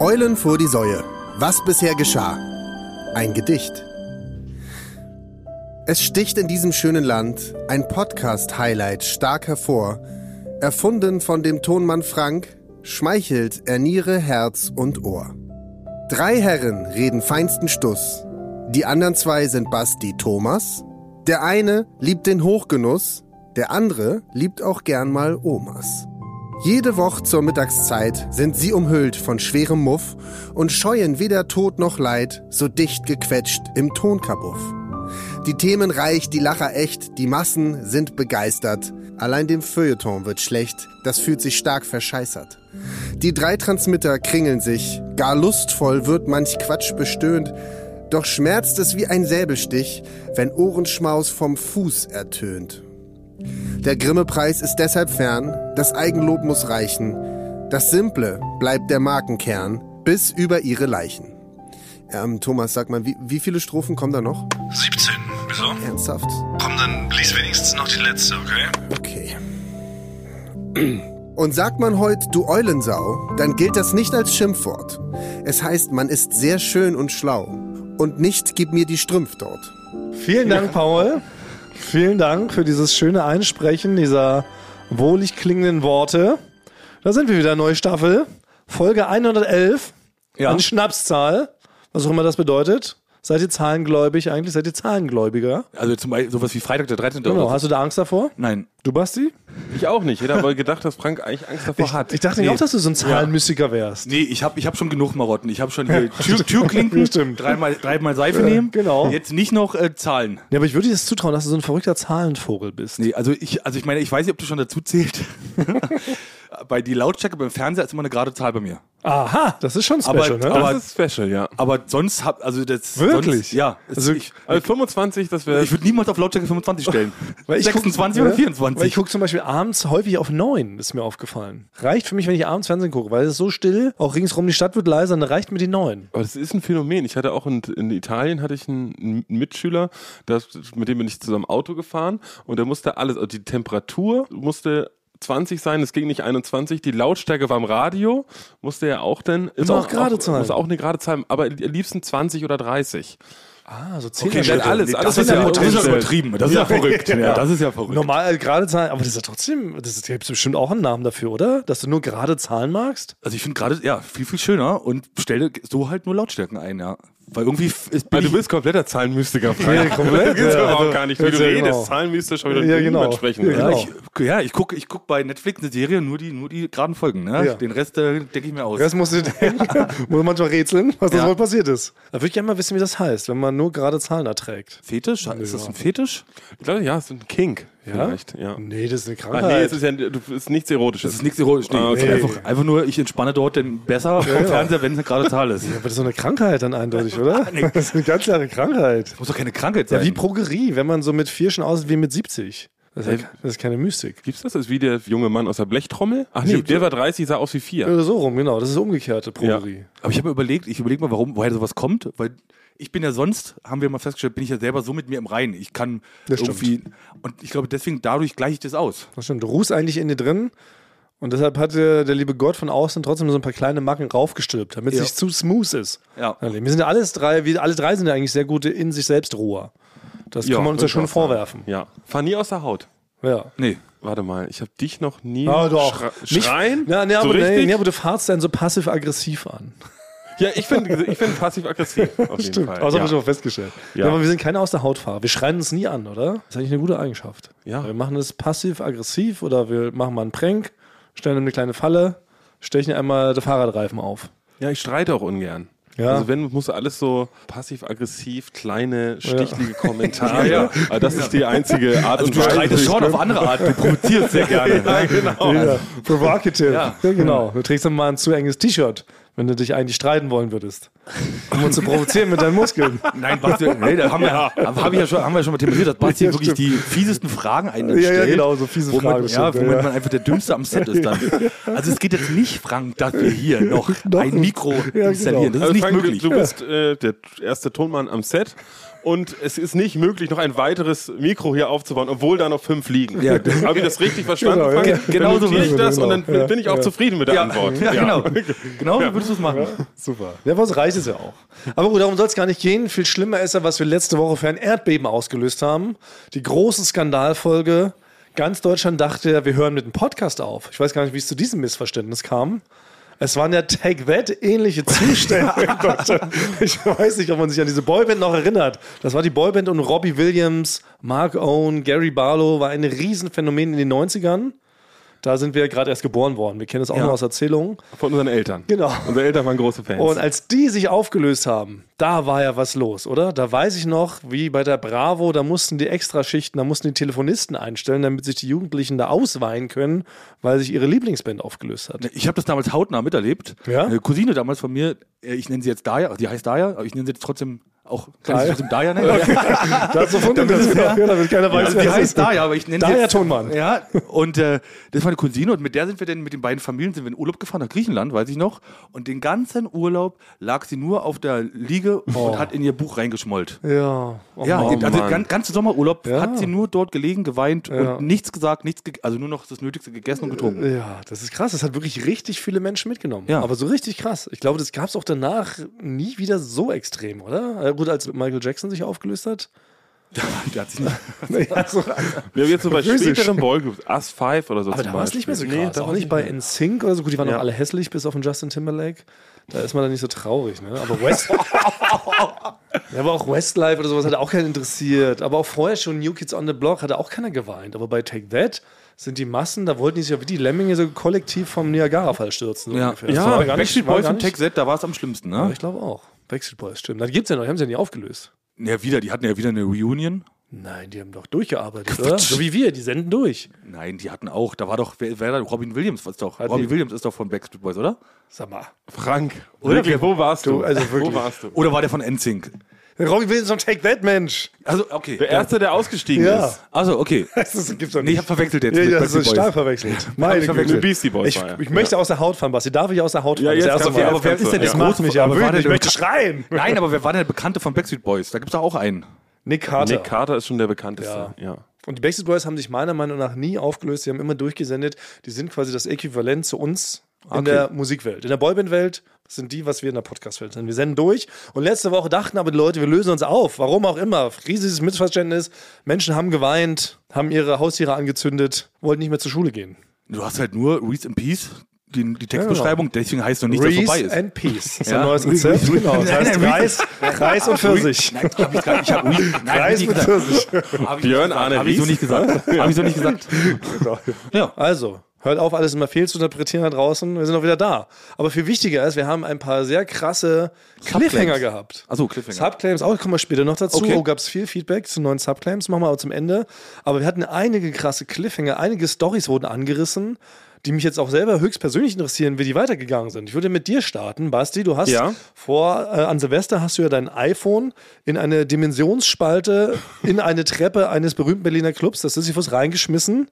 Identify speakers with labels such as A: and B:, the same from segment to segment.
A: Eulen vor die Säue. Was bisher geschah? Ein Gedicht. Es sticht in diesem schönen Land ein Podcast-Highlight stark hervor. Erfunden von dem Tonmann Frank, schmeichelt er Niere, Herz und Ohr. Drei Herren reden feinsten Stuss. Die anderen zwei sind Basti Thomas. Der eine liebt den Hochgenuss, der andere liebt auch gern mal Omas. Jede Woche zur Mittagszeit sind sie umhüllt von schwerem Muff und scheuen weder Tod noch Leid, so dicht gequetscht im Tonkabuff. Die Themen reich, die Lacher echt, die Massen sind begeistert. Allein dem Feuilleton wird schlecht, das fühlt sich stark verscheißert. Die drei Transmitter kringeln sich, gar lustvoll wird manch Quatsch bestöhnt, doch schmerzt es wie ein Säbelstich, wenn Ohrenschmaus vom Fuß ertönt. Der Grimme-Preis ist deshalb fern, das Eigenlob muss reichen. Das Simple bleibt der Markenkern, bis über ihre Leichen. Ähm, Thomas, sag mal, wie, wie viele Strophen kommen da noch?
B: 17. Wieso?
A: Ernsthaft?
B: Komm, dann lies wenigstens noch die letzte, okay?
A: Okay. Und sagt man heute, du Eulensau, dann gilt das nicht als Schimpfwort. Es heißt, man ist sehr schön und schlau. Und nicht gib mir die Strümpf dort.
C: Vielen Dank, Paul. Vielen Dank für dieses schöne Einsprechen dieser wohlig klingenden Worte. Da sind wir wieder, neue Staffel. Folge 111
D: Ja.
C: an Schnapszahl, was auch immer das bedeutet. Seid ihr zahlengläubig eigentlich? Seid ihr zahlengläubiger?
D: Also zum Beispiel sowas wie Freitag der 13.
C: Genau.
D: oder
C: Hast du da Angst davor?
D: so. Nein.
C: Du, Basti?
E: Ich auch nicht. Hätte aber gedacht, dass Frank eigentlich Angst davor hat.
C: Ich dachte nicht
D: Nee.
C: auch, dass du so ein Zahlenmystiker wärst.
D: Nee, ich habe ich hab schon genug Marotten. Ich habe schon hier Tür, Türklinken,
C: Stimmt.
D: dreimal, dreimal Seife nehmen.
C: genau.
D: Jetzt nicht noch äh, Zahlen.
C: Ja, aber ich würde dir das zutrauen, dass du so ein verrückter Zahlenvogel bist.
D: Nee, also ich, also ich meine, ich weiß nicht, ob du schon dazu zählt. bei die Lautstärke beim Fernseher ist immer eine gerade Zahl bei mir.
C: Aha, das ist schon
D: Aber-
C: special, ne?
E: das
D: aber-
E: ist special, ja.
D: Aber sonst hab, also das
C: Wirklich?
D: Sonst, ja. Es-
C: Also-
D: ich
E: Also 25, das wäre.
D: ich würde niemals auf Lautstärke 25 stellen.
C: Weil ich guck-
D: 26 oder
C: Ja, Weil ich
D: 24.
C: gucke zum Beispiel abends häufig auf neun, ist mir aufgefallen. Reicht für mich, wenn ich abends Fernsehen gucke, weil es ist so still, auch ringsrum die Stadt wird leiser, dann reicht mir die neun.
E: Aber das ist ein Phänomen. Ich hatte auch in, in Italien hatte ich einen, einen Mitschüler, das, mit dem bin ich zusammen Auto gefahren und der musste alles, also die Temperatur musste 20 sein, es ging nicht 21, die Lautstärke war im Radio, musste er auch dann immer
C: auch gerade Zahlen.
E: Muss auch eine gerade Zahl, aber am liebsten 20 oder 30.
C: Ah, so
E: Okay,
C: Schritte.
E: dann alles,
D: Nee,
E: alles,
D: das, ist
E: was
D: ja,
E: ihr
D: das ist ja
E: ausstellt.
D: übertrieben. Das ist ja verrückt. Ja, das ist ja verrückt.
C: Normal äh, gerade Zahlen, aber das ist ja trotzdem, das gibt es bestimmt auch einen Namen dafür, oder? Dass du nur gerade Zahlen magst?
D: Also ich finde gerade, ja, viel, viel schöner und stelle so halt nur Lautstärken ein, ja. Weil irgendwie f- ist bin
E: Also
D: ich-
E: du bist kompletter Zahlenmystiker, Frank.
C: Ja, komplett,
E: das gibt's
C: ja.
E: überhaupt
C: Also,
E: gar nicht, wie du
C: ja,
E: redest.
C: genau.
E: Zahlenmystisch habe ich
C: Ja,
E: noch nie
C: genau.
E: jemand sprechen.
C: Ja,
E: hören.
C: genau.
D: ich, ja, ich gucke ich guck bei Netflix eine Serie, nur die, nur die geraden Folgen, ne?
C: Ja.
D: Den Rest äh, denke ich mir aus.
C: Das musst du muss manchmal rätseln, was
D: Ja.
C: da wohl passiert ist. Da würde ich gerne mal wissen, wie das heißt, wenn man nur gerade Zahlen erträgt.
D: Fetisch? Ist das ein Fetisch?
E: Ich glaube, ja, ist ein Kink vielleicht. Ja.
C: Nee, das ist
D: Ah,
C: eine
E: Ach
C: Krankheit.
E: nee, es ist ja du, ist nichts Erotisches.
D: Das ist nichts ironisch. Nee.
E: Ah, okay.
D: Nee. Einfach, einfach nur, ich entspanne dort denn besser vom Fernseher, wenn es eine gerade Zahl ist.
C: aber das ist so eine Krankheit dann eindeutig, oder? Das ist eine ganz klare Krankheit.
D: Muss doch keine Krankheit sein.
C: Ja, wie Progerie, wenn man so mit vier schon aussieht wie mit 70. Das ist, ja, das ist keine Mystik.
E: Gibt's das? Das ist wie der junge Mann aus der Blechtrommel? Ach nee, der war 30, sah aus wie 4.
C: Oder so rum, genau. Das ist umgekehrte Progerie.
D: Aber ich habe mir überlegt, ich überlege mal, warum, woher sowas kommt, weil ich bin ja sonst, haben wir mal festgestellt, bin ich ja selber so mit mir im Reinen. Ich kann
C: Das stimmt.
D: irgendwie, und ich glaube, deswegen, dadurch gleiche ich das aus.
C: Das stimmt. Du ruhst eigentlich in dir drin. Und deshalb hat der, der liebe Gott von außen trotzdem so ein paar kleine Macken raufgestülpt, damit es
D: Ja.
C: nicht zu smooth ist.
D: Ja.
C: Wir sind ja alles drei, wir alle drei sind ja eigentlich sehr gute in sich selbst Ruher. Das
E: Ja,
C: kann man uns ja
E: würde
C: schon
E: ich auch sagen.
C: vorwerfen.
E: Ja. Fahr nie aus der Haut.
C: Ja.
D: Nee.
E: Warte mal, ich habe dich noch nie
C: Ah, doch.
E: schre-
C: Mich-
E: schreien.
C: Ja, nee,
E: so
C: aber, nee,
E: richtig?
C: nee, aber du fahrst dann so passiv-aggressiv an.
E: ja, ich finde ich find passiv-aggressiv auf jeden Fall.
C: Das habe ich
E: ja.
C: schon festgestellt.
E: Ja.
C: Aber wir sind keine aus der Hautfahrer. Wir schreien uns nie an, oder? Das ist eigentlich eine gute Eigenschaft.
E: Ja.
C: Wir machen es passiv-aggressiv oder wir machen mal einen Prank, stellen eine kleine Falle, stechen einmal den Fahrradreifen auf.
E: ja, ich streite auch ungern.
C: Ja.
E: Also wenn, muss alles so passiv-aggressiv, kleine, stichlige Kommentare. ja, Also das ist die einzige Art
D: Also
E: und
D: du
E: Weise.
D: streitest schon auf andere Art, du provozierst sehr gerne.
E: Ja, genau.
C: Ja, provocative.
D: Ja.
C: Ja, genau. Du trägst dann mal ein zu enges T-Shirt, wenn du dich eigentlich streiten wollen würdest. Um uns zu provozieren mit deinen Muskeln.
D: Nein, Basti, nee, da haben wir, hab ich ja schon, haben wir ja schon mal thematisiert, dass Basti
C: Ja,
D: wirklich
C: stimmt.
D: die fiesesten Fragen einen
C: Ja, ja,
D: stellt,
C: genau, so fiese
D: womit,
C: Fragen,
D: Ja,
C: stimmt,
D: womit
C: ja.
D: man einfach der Dümmste am Set ist dann. Also es geht jetzt nicht, Frank, dass wir hier noch
C: Noch
D: ein
C: ein-
D: Mikro
C: Ja,
D: installieren.
C: genau.
D: Das ist nicht
E: Also Frank,
D: möglich.
E: Du, du bist äh, der erste Tonmann am Set Und es ist nicht möglich, noch ein weiteres Mikro hier aufzubauen, obwohl da noch fünf liegen. Ja. Habe ich das richtig verstanden?
C: Genau, ja.
E: Frank?
C: Ge-
D: genau so
E: Dann notiere ich
D: wissen
E: das
C: wir,
E: und dann
C: genau. Ja.
E: bin ich auch
C: Ja.
E: zufrieden mit der Antwort.
D: Ja, genau. Genau so würdest du es machen.
C: Super. Ja, was reicht es ja auch. Aber gut, darum soll es gar nicht gehen. Viel schlimmer ist ja, was wir letzte Woche für ein Erdbeben ausgelöst haben. Die große Skandalfolge. Ganz Deutschland dachte ja, wir hören mit dem Podcast auf. Ich weiß gar nicht, wie es zu diesem Missverständnis kam. Es waren ja Take That ähnliche Zustände in Deutschland. Ich weiß nicht, ob man sich an diese Boyband noch erinnert. Das war die Boyband und Robbie Williams, Mark Owen, Gary Barlow war ein Riesenphänomen in den 90ern. Da sind wir ja gerade erst geboren worden. Wir kennen es auch noch aus Erzählungen.
E: Von unseren Eltern.
C: Genau.
E: Unsere Eltern waren große Fans.
C: Und als die sich aufgelöst haben, da war ja was los, oder? Da weiß ich noch, wie bei der Bravo, da mussten die Extraschichten, da mussten die Telefonisten einstellen, damit sich die Jugendlichen da ausweihen können, weil sich ihre Lieblingsband aufgelöst hat.
D: Ne, Ich habe das damals hautnah miterlebt.
C: Ja?
D: Eine Cousine damals von mir, äh, ich nenne sie jetzt Daya, also die heißt Daya, aber ich nenne sie jetzt trotzdem auch, kann ich sie
C: Daya?
D: trotzdem Daya nennen?
C: Da hast du gefunden, das genau, ja, damit keiner weiß,
D: Also
C: wer das
D: die
C: ist.
D: heißt Daya, aber ich nenne sie
C: Daya
D: jetzt-
C: Tonmann.
D: Ja, und äh, das war eine Cousine und mit der sind wir dann mit den beiden Familien sind wir in Urlaub gefahren nach Griechenland, weiß ich noch. Und den ganzen Urlaub lag sie nur auf der Liege und hat in ihr Buch reingeschmollt.
C: Ja, oh
D: Ja,
C: Mann.
D: also
E: Mann.
D: den ganzen Sommerurlaub
C: Ja.
D: hat sie nur dort gelegen, geweint
C: Ja. Äh,
D: und nichts gesagt, nichts ge also nur noch das Nötigste gegessen und getrunken.
C: ja, das ist krass. Das hat wirklich richtig viele Menschen mitgenommen.
D: Ja.
C: Aber so richtig krass. Ich glaube, das gab es auch danach nie wieder so extrem, oder? Äh, Gut, als Michael Jackson sich aufgelöst hat.
D: Die hat sich nicht-
C: Also,
E: Wir haben jetzt so bei
C: äh. Physisch.
E: späteren Boygroups, Us 5 oder so
C: Aber
E: zum
C: da war es nicht
E: Beispiel.
C: mehr so
E: Nee,
C: krass.
E: da
C: auch
E: war
C: nicht bei NSYNC oder so. Gut, die waren doch alle hässlich, bis auf den Justin Timberlake. Da ist man dann nicht so traurig, ne? Aber West. ja, aber auch Westlife oder sowas hat auch keinen interessiert. Aber auch vorher schon New Kids on the Block hatte auch keiner geweint. Aber bei Take That sind die Massen, da wollten die sich ja wie die Lemminge so kollektiv vom Niagara-Fall stürzen. so
D: Ja,
C: ungefähr. Das
D: ja
C: war gar nicht-
D: Backstreet
C: war
D: Boys
C: gar
D: und
C: nicht-
D: Tech Z, da war es am schlimmsten,
C: Ja,
D: ne?
C: Ich glaube auch. Backstreet Boys, stimmt. Dann gibt's ja noch, die haben sie ja nie aufgelöst.
D: Ja, wieder, die hatten ja wieder eine Reunion.
C: Nein, die haben doch durchgearbeitet, oder? So wie wir, die senden durch.
D: Nein, die hatten auch, da war doch, wer, wer da, Robin Williams war es doch.
C: Hat
D: Robin
C: die-
D: Williams ist doch von Backstreet Boys, oder?
C: Sag mal.
E: Frank,
D: Oder?
E: wirklich, wo warst du?
C: Du, also wirklich.
E: Wo warst du?
D: Oder war der von NSYNC?
C: Robbie Williams und Take That, Mensch.
D: Also, okay.
E: Der Erste, der ausgestiegen
C: Ja.
E: ist.
D: Also, okay.
C: Das gibt's doch
D: Nee,
C: nicht.
D: ich hab verwechselt jetzt
C: Ja,
D: mit
C: ja, das
D: Backstreet
C: ist stark
D: Boys.
C: verwechselt. Meine
D: ich
E: Mit
D: verwechselt.
E: den
C: Güte.
E: Beastie Boys
C: Ich,
E: war er.
C: ich möchte aus der Haut fahren, Basti. Darf ich aus der Haut fahren?
E: Ja, jetzt
C: das erste
E: kannst du,
C: Mal.
E: jetzt
D: aber wer ist denn
E: Ja.
D: das
C: Das macht mich aber wütend. Ich möchte schreien.
D: Nein, aber wer war denn der Bekannte von Backstreet Boys? Da gibt es auch einen.
C: Nick Carter.
E: Nick Carter ist schon der bekannteste. Ja.
C: Und die Backstreet Boys haben sich meiner Meinung nach nie aufgelöst. Die haben immer durchgesendet. Die sind quasi das Äquivalent zu uns in der Musikwelt. In der Boyband-Welt sind die, was wir in der Podcast-Welt sind. Wir senden durch. Und letzte Woche dachten aber die Leute, wir lösen uns auf. Warum auch immer. Riesiges Missverständnis. Menschen haben geweint, haben ihre Haustiere angezündet, wollten nicht mehr zur Schule gehen.
D: Du hast halt nur Reese in Peace, die, die Textbeschreibung, deswegen heißt noch nicht, dass vorbei
C: Reese
D: ist.
C: and Peace. Das ist
D: Ja.
C: ein neues Rezept. Genau. Das
D: Nein,
C: heißt
D: nein,
C: Reis, Reis und Pfirsich.
D: Nein, hab ich gar nicht. Ich hab Reese, nein, hab ich
C: Reis
D: nicht
C: mit
D: gesagt.
C: Pfirsich.
D: Hab ich nicht
E: Björn
D: gesagt.
E: Arne
D: Hab ich so
E: Ries.
D: nicht gesagt. Hab ich so nicht gesagt.
C: Also, hört auf, alles immer fehl zu interpretieren da draußen. Wir sind auch wieder da. Aber viel wichtiger ist, wir haben ein paar sehr krasse Cliffhanger gehabt.
D: Achso, Cliffhanger.
C: Subclaims, auch kommen wir später noch dazu.
D: Okay.
C: Oh, gab es viel Feedback zu neuen Subclaims, machen wir aber zum Ende. Aber wir hatten einige krasse Cliffhanger, einige Stories wurden angerissen, die mich jetzt auch selber höchstpersönlich interessieren, wie die weitergegangen sind. Ich würde mit dir starten, Basti. Du hast
E: Ja.
C: vor, äh, an Silvester hast du ja dein iPhone in eine Dimensionsspalte, in eine Treppe eines berühmten Berliner Clubs, das Sisyphus, reingeschmissen.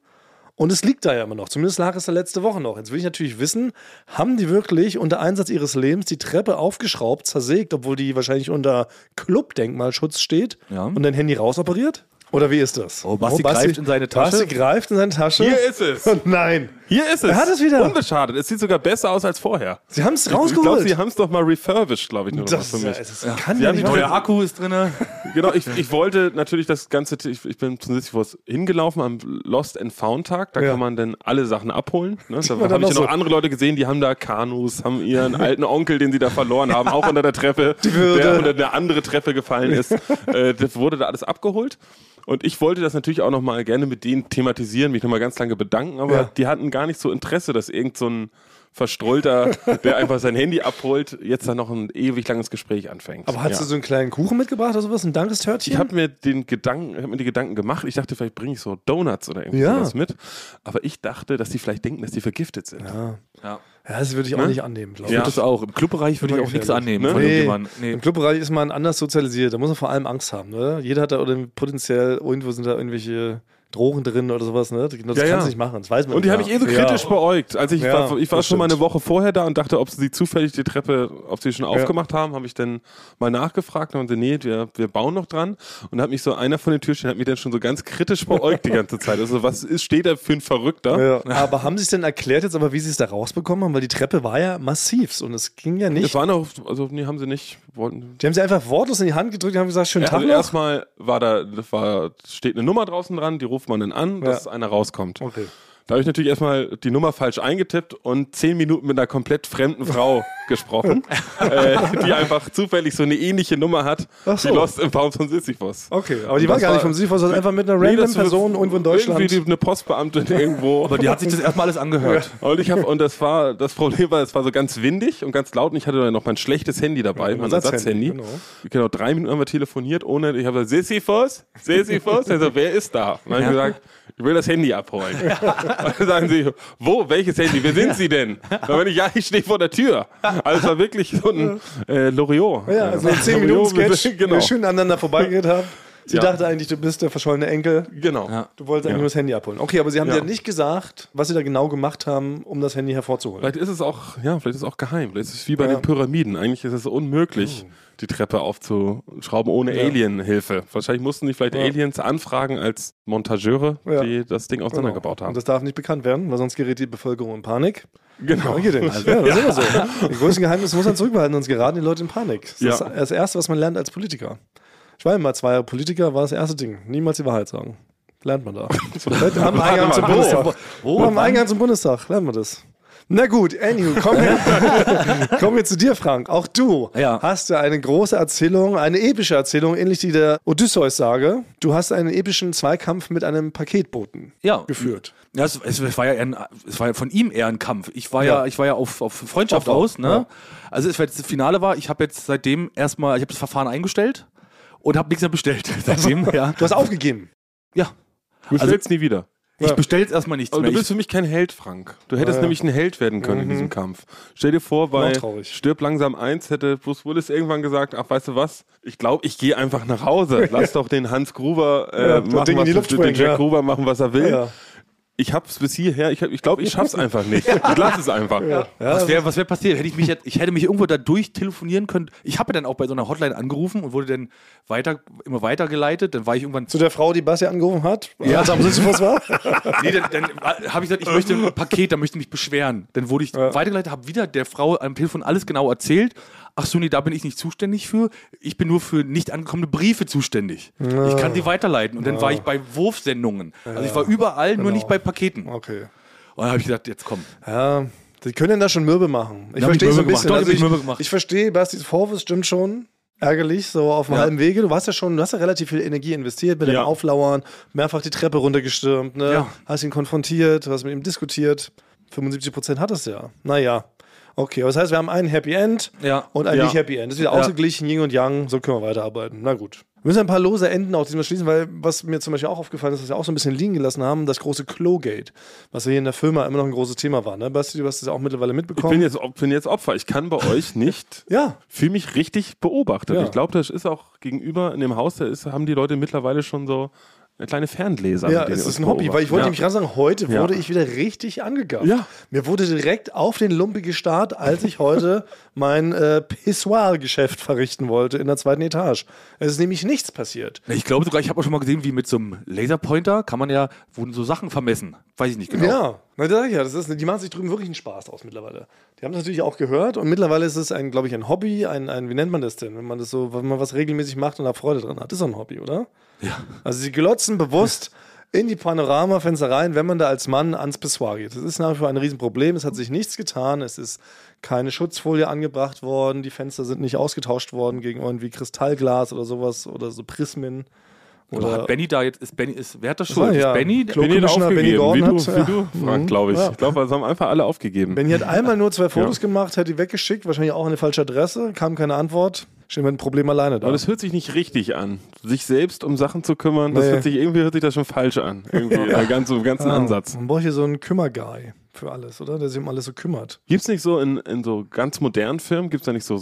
C: Und es liegt da ja immer noch. Zumindest lag es da letzte Woche noch. Jetzt will ich natürlich wissen, haben die wirklich unter Einsatz ihres Lebens die Treppe aufgeschraubt, zersägt, obwohl die wahrscheinlich unter Clubdenkmalschutz steht
D: Ja.
C: und dein Handy rausoperiert? Oder wie ist das?
D: Oh, Basti greift in seine Tasche.
C: Basti greift in seine Tasche.
E: Hier ist es.
C: Oh nein.
E: Hier ist es.
C: Er hat es wieder.
E: Unbeschadet. Es sieht sogar besser aus als vorher.
C: Sie haben es
E: Ich glaube,
C: rausgeholt.
E: sie haben es doch mal refurbished, glaube ich, nur noch
C: das,
E: mal für mich.
C: das kann
E: Sie
C: ja
E: haben die
C: nicht
E: neue
C: wahr sein.
D: Akku ist drinne.
E: genau, ich, ich wollte natürlich das ganze, T- ich, ich bin zum Sisyphus hingelaufen am Lost and Found Tag, da
C: Ja.
E: kann man dann alle Sachen abholen. Ne? Da
C: man
E: habe
C: dann noch
E: ich ja noch
C: so-
E: andere Leute gesehen, die haben da Kanus, haben ihren alten Onkel, den sie da verloren haben, auch unter der Treppe,
C: Würde.
E: der unter eine andere Treppe gefallen ist. äh, das wurde da alles abgeholt. Und ich wollte das natürlich auch nochmal gerne mit denen thematisieren, mich nochmal ganz lange bedanken, aber
C: Ja.
E: die hatten gar nicht so Interesse, dass irgend so ein Verstrollter, der einfach sein Handy abholt, jetzt da noch ein ewig langes Gespräch anfängt.
C: Aber hast
E: Ja.
C: du so einen kleinen Kuchen mitgebracht oder sowas? Ein Dankestörtchen?
E: Ich habe mir den Gedanken, hab mir die Gedanken gemacht. Ich dachte, vielleicht bringe ich so Donuts oder irgendwie
C: Ja.
E: sowas mit. Aber ich dachte, dass die vielleicht denken, dass die vergiftet sind.
C: ja, das würde ich auch nicht annehmen, glaube ich.
E: Ne? Ja.
D: Das auch. Im Clubbereich würde ich auch nichts
C: gefährlich,
D: annehmen
E: ne?
D: von
C: Nee.
D: irgendjemandem. Nee.
C: Im Clubbereich ist man anders sozialisiert. Da muss man vor allem Angst haben. Ne? Jeder hat da oder potenziell irgendwo sind da irgendwelche Drogen drin oder sowas. Ne? Das kannst
E: Ja, ja.
C: du nicht machen. Das weiß man
E: Und die habe ich eh so kritisch
C: ja.
E: beäugt. Also ich
C: Ja,
E: war, ich war
C: das
E: schon mal eine
C: stimmt.
E: Woche vorher da und dachte, ob sie zufällig die Treppe, ob sie schon aufgemacht haben, habe ich dann mal nachgefragt und meinte, nee, wir, wir bauen noch dran. Und hat mich so einer von den Türstehern hat mich dann schon so ganz kritisch beäugt die ganze Zeit. Also was ist, steht da für ein Verrückter?
C: Ja. Aber haben sie es denn erklärt jetzt, aber wie sie es da rausbekommen haben? Weil die Treppe war ja massivst und es ging ja
E: Es
C: nicht.
E: waren auch, also nee, haben sie nicht, wollten.
C: Die haben sie einfach wortlos in die Hand gedrückt und haben gesagt, schönen
E: Ja,
C: Tag
E: also
C: noch.
E: erstmal war da, das war, steht eine Nummer draußen dran, die ruft man dann an, dass einer rauskommt.
C: Okay.
E: Da habe ich natürlich erstmal die Nummer falsch eingetippt und zehn Minuten mit einer komplett fremden Frau gesprochen, äh, die einfach zufällig so eine ähnliche Nummer hat
C: Ach so.
E: wie Lost in Pounds von Sisyphos.
C: Okay, aber die
E: Und
C: war
E: das
C: gar nicht vom Sisyphos, sondern einfach mit einer random
E: das-
C: Person irgendwo in Deutschland.
E: Irgendwie die, eine Postbeamtin irgendwo.
D: Aber die hat sich das erstmal alles angehört.
E: und ich habe und das war das Problem war, es war so ganz windig und ganz laut und ich hatte dann noch mein schlechtes Handy dabei, mein Ersatzhandy.
C: Ersatzhandy,
E: Genau. drei Minuten haben wir telefoniert, ohne ich habe gesagt, Sisyphos, Sisyphos, also wer ist da? Und dann habe ich gesagt, ich will das Handy abholen. Und dann sagen sie, wo, welches Handy, wer sind Sie denn? Dann bin ich, ja, ich stehe vor der Tür. Also es war wirklich so ein äh, Loriot.
C: Ja, also ein 10 Minuten
E: Loriot mit-
C: Sketch, genau.
E: Genau.
C: wir schön aneinander vorbeigeredet haben. Sie
E: Ja.
C: dachte eigentlich, du bist der verschollene Enkel.
E: genau.
C: Du wolltest eigentlich nur das Handy abholen. Okay, aber sie haben
E: Ja.
C: dir nicht gesagt, was sie da genau gemacht haben, um das Handy hervorzuholen.
E: Vielleicht ist es auch, ja, vielleicht ist es auch geheim. Vielleicht ist es wie bei
C: Ja. Oh.
E: den Pyramiden. Eigentlich ist es unmöglich, die Treppe aufzuschrauben ohne Alien-Hilfe. Wahrscheinlich mussten die vielleicht Aliens anfragen als Montageure,
C: Ja.
E: die das Ding auseinandergebaut
C: Genau. Und
E: haben.
C: das darf nicht bekannt werden, weil sonst gerät die Bevölkerung in Panik.
E: genau.
C: Danke denn. Also, ja, das ist immer so. Die größten Geheimnisse muss man zurückbehalten, sonst geraten die Leute in Panik. Das ist
E: Ja.
C: das Erste, was man lernt als Politiker. Ich war ja mal zwei Jahre Politiker, war das erste Ding. Niemals die Wahrheit sagen. Lernt man da. Vielleicht am Eingang zum Bundestag. am Eingang zum Bundestag lernt man das. Na gut, anywho, kommen wir, kommen wir zu dir, Frank. Auch du
D: Ja.
C: hast ja eine große Erzählung, eine epische Erzählung, ähnlich die der Odysseus-Sage. Du hast einen epischen Zweikampf mit einem Paketboten
D: Ja.
C: geführt.
D: Ja, es, es war ja eher ein, es war ja von ihm eher ein Kampf. Ich war ja,
C: Ja.
D: ich war ja auf, auf Freundschaft
C: Auf-
D: aus, ne?
C: ja.
D: Also es war jetzt das Finale war, ich habe jetzt seitdem erstmal, ich habe das Verfahren eingestellt und habe nichts mehr bestellt seitdem, ja.
C: Du hast aufgegeben.
D: Ja.
E: Du
D: Also-
E: stellst nie wieder.
D: Ich bestelle jetzt erstmal nichts
E: Aber
D: mehr.
E: du bist für mich kein Held, Frank. Du hättest
C: Ja. Mhm.
E: nämlich ein Held werden können in diesem Kampf. Stell dir vor, bei
C: Noch traurig.
E: Stirb langsam eins hätte Bruce Willis irgendwann gesagt, ach, weißt du was, ich glaube, ich gehe einfach nach Hause. Lass doch den Hans Gruber äh,
C: Ja, das
E: machen,
C: Ding in
E: was
C: die Luft
E: den
C: sprengen,
E: Jack
C: ja.
E: Gruber machen, was er will.
C: Ja.
E: Ich hab's bis hierher, ich glaube, ich, glaub, ich schaff's einfach nicht. Ich lass es einfach.
D: was wäre was wär passiert? Hätte ich, mich, jetzt- ich hätte mich irgendwo da durch telefonieren können. Ich habe ja dann auch bei so einer Hotline angerufen und wurde dann weiter, immer weitergeleitet. Dann war ich irgendwann
C: Zu der Frau, die Basti angerufen hat, ja. als er am Sisyphus war.
D: Nee, dann, dann habe ich gesagt, ich möchte ein Paket, da möchte ich mich beschweren. Dann wurde ich weitergeleitet, habe wieder der Frau am Telefon alles genau erzählt. Ach so, nee, da bin ich nicht zuständig für. Ich bin nur für nicht angekommene Briefe zuständig. Ich kann sie weiterleiten. Und dann war ich bei Wurfsendungen. Also ich war überall, nur
C: Genau.
D: nicht bei Paketen. Und
C: Okay.
D: dann habe ich gesagt, jetzt komm.
C: Ja, die können denn da schon Mürbe machen. Ich
D: Ja, hab ich
C: verstehe so ein
D: Mürbe
C: bisschen. also
D: gemacht. Doch, hab ich Mürbe
C: ich,
D: gemacht.
C: ich verstehe, Bastis Vorwurf stimmt schon. Ärgerlich, so auf dem halben Wege. Du warst ja schon, du hast ja relativ viel Energie investiert mit
E: Ja.
C: dem Auflauern, mehrfach die Treppe runtergestürmt, ne?
D: Ja.
C: hast ihn konfrontiert, hast mit ihm diskutiert. 75% hat es ja. Naja. Okay, aber das heißt, wir haben ein Happy End
D: Ja.
C: und ein
E: Ja.
C: nicht Happy End. Das ist wieder ausgeglichen, Yin und Yang, so können wir weiterarbeiten. Na gut. Wir müssen ein paar lose Enden auch diesmal schließen, weil was mir zum Beispiel auch aufgefallen ist, was wir auch so ein bisschen liegen gelassen haben, das große Klogate, was ja hier in der Firma immer noch ein großes Thema war. Ne? Basti, du hast das auch mittlerweile
E: Ich bin
C: mitbekommen.
E: jetzt, Op- bin jetzt Opfer. Ich kann bei euch nicht.
C: Ja.
E: Fühle mich richtig beobachtet.
C: Ja.
E: Ich glaube, das ist auch gegenüber in dem Haus, da ist, haben die Leute mittlerweile schon so kleine Fernleser.
C: Ja,
E: mit denen
C: es
E: sie
C: ist ein
E: uns
C: Hobby, weil ich wollte
E: beobachten.
C: nämlich gerade sagen, heute
E: Ja.
C: wurde ich wieder richtig angegafft.
E: Ja.
C: Mir wurde direkt auf den Lumpe gestarrt, als ich heute mein äh, Pissoir-Geschäft verrichten wollte in der zweiten Etage. Es ist nämlich nichts passiert.
D: Na, Ich glaube sogar, ich habe auch schon mal gesehen, wie mit so einem Laserpointer kann man ja wurden so Sachen vermessen. Weiß ich nicht genau.
C: Ja, na, das sag ich ja, das ist, die machen sich drüben wirklich einen Spaß aus mittlerweile. Die haben es natürlich auch gehört und mittlerweile ist es ein, glaube ich, ein Hobby, ein, ein, wie nennt man das denn, wenn man das so, wenn man was regelmäßig macht und da Freude dran hat, ist doch ein Hobby, oder? Ja. Also sie glotzen bewusst in die Panoramafenster rein, wenn man da als Mann ans Pissoir geht. Das ist nach wie vor ein Riesenproblem, es hat sich nichts getan, es ist keine Schutzfolie angebracht worden, die Fenster sind nicht ausgetauscht worden gegen irgendwie Kristallglas oder sowas oder so Prismen.
D: Oder hat Benny da jetzt, ist Benny, ist, wer hat das schuld?
C: Ah, ja.
D: Ist Benny,
C: Klo-
E: Benny hat
C: Commissioner
E: aufgegeben,
C: Benny Gordon
E: wie du,
C: hat-
E: wie du Frank, glaube ich. Ich glaube, sie haben einfach alle aufgegeben.
C: Benny hat einmal nur zwei Fotos gemacht, hat die weggeschickt, wahrscheinlich auch an eine falsche Adresse, kam keine Antwort. Stehen wir ein Problem alleine da.
E: Aber das hört sich nicht richtig an. Sich selbst um Sachen zu kümmern, das
C: Nee. Ah.
E: hört sich irgendwie hört sich das schon falsch an. Irgendwie, ja. äh, ganz, im ganzen Ansatz.
C: Man braucht hier so einen Kümmerguy, für alles, oder? Der sich um alles so kümmert.
E: Gibt's nicht so in, in so ganz modernen Filmen, gibt's da nicht so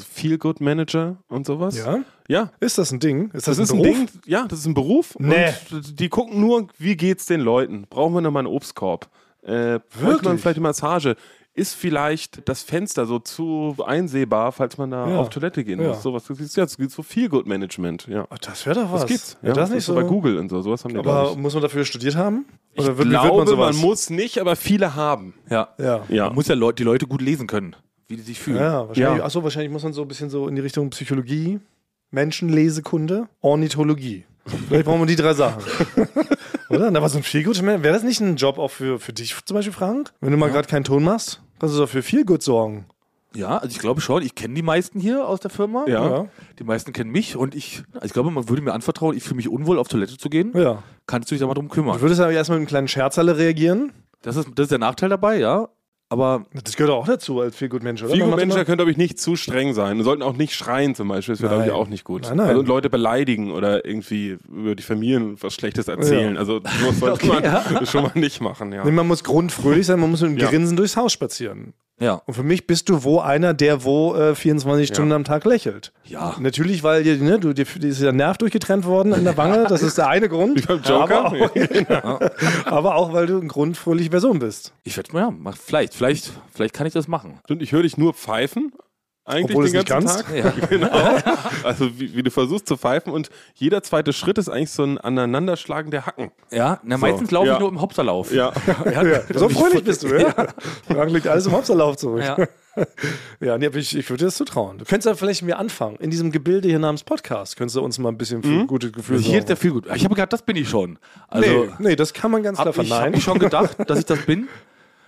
E: Feel-Good-Manager und sowas?
C: Ja?
E: Ja.
C: Ist das ein Ding? Ist
E: Das, ist ein Ding, ja, das ist ein Beruf
C: Nee.
E: und die gucken nur, wie geht's den Leuten? Brauchen wir nochmal einen Obstkorb? Äh, Wirklich? man vielleicht eine Massage? Ist vielleicht das Fenster so zu einsehbar, falls man da
C: Ja.
E: auf Toilette gehen
C: Ja.
E: muss? Sowas das ist ja, das ist so viel Good Management, ja.
C: Ach, das wäre doch was.
E: Das gibt's.
C: Ja, das nicht
E: ist so
C: so.
E: bei Google und so, sowas haben die glaub
C: Aber muss man dafür studiert haben?
E: ich.
C: Oder
E: ich
C: wird,
E: glaube,
C: wird man
E: man,
C: sowas?
E: muss nicht, aber viele haben.
D: Ja.
C: ja.
E: Ja.
D: Man muss ja Leut- die Leute gut lesen können, wie die sich fühlen.
C: Ja, wahrscheinlich.
E: Ja.
C: Achso, wahrscheinlich muss man so ein bisschen so in die Richtung Psychologie, Menschenlesekunde, Ornithologie. Vielleicht brauchen wir die drei Sachen. Oder? Na, aber so ein Feelgood, wäre das nicht ein Job auch für, für dich zum Beispiel, Frank? Wenn du mal gerade keinen Ton machst, kannst du doch für Feelgood sorgen.
D: Ja, also ich glaube schon, ich kenne die meisten hier aus der Firma.
E: Ja.
D: Die meisten kennen mich und ich, also ich glaube, man würde mir anvertrauen, ich fühle mich unwohl, auf Toilette zu gehen.
C: Ja.
D: Kannst du dich da mal drum
C: Du
D: kümmern?
C: würdest aber erstmal mit einem kleinen Scherzerle reagieren.
D: Das ist, das ist der Nachteil dabei, ja. Aber
C: Das gehört auch dazu als Feelgood-Mensch, oder?
E: Viele
C: Man macht
E: Manager
C: immer-
E: können, glaube ich, nicht zu streng sein. Die sollten auch nicht schreien zum Beispiel. Das wäre, glaube ich, auch nicht gut.
C: Nein, nein.
E: Also Leute beleidigen oder irgendwie über die Familien was Schlechtes erzählen. Also sowas sollte man schon mal nicht machen, ja.
C: Nee, man muss grundfröhlich sein, man muss mit einem
E: Ja.
C: Grinsen durchs Haus spazieren.
D: ja.
C: Und für mich bist du wo einer, der wo äh, 24 Stunden am Tag lächelt.
D: Ja.
C: Natürlich, weil dir, ne, du, dir, dir ist der Nerv durchgetrennt worden in der Wange. Das ist der eine Grund.
E: Wie beim Joker?
C: Aber auch, aber auch, weil du eine grundfröhliche Person bist.
D: Ich werde mal, ja, mach- vielleicht, vielleicht, vielleicht kann ich das machen.
E: Stimmt, ich höre dich nur pfeifen. Eigentlich
C: Obwohl
E: den
C: es nicht
E: ganzen
C: ganz-
E: Tag. Genau. Also wie, wie du versuchst zu pfeifen und jeder zweite Schritt ist eigentlich so ein Aneinanderschlagen der Hacken.
D: Ja, na, meistens laufe
E: Ja.
D: ich nur im Hopserlauf.
E: Ja.
C: So fröhlich bist du, ja. Frank liegt alles im Hopserlauf zurück.
D: Ja.
C: Ja, nee, aber ich, ich würde dir das zutrauen. Du könntest ja vielleicht mit mir anfangen. In diesem Gebilde hier namens Podcast könntest du uns mal ein bisschen für gute Gefühle
D: Mhm. Hier ist
C: sorgen.
D: der viel gut. Ich habe gedacht, das bin ich schon. Also
C: Nee, nee, das kann man ganz klar
D: habe ich, hab
C: verneinen.
D: ich schon gedacht, dass ich das bin.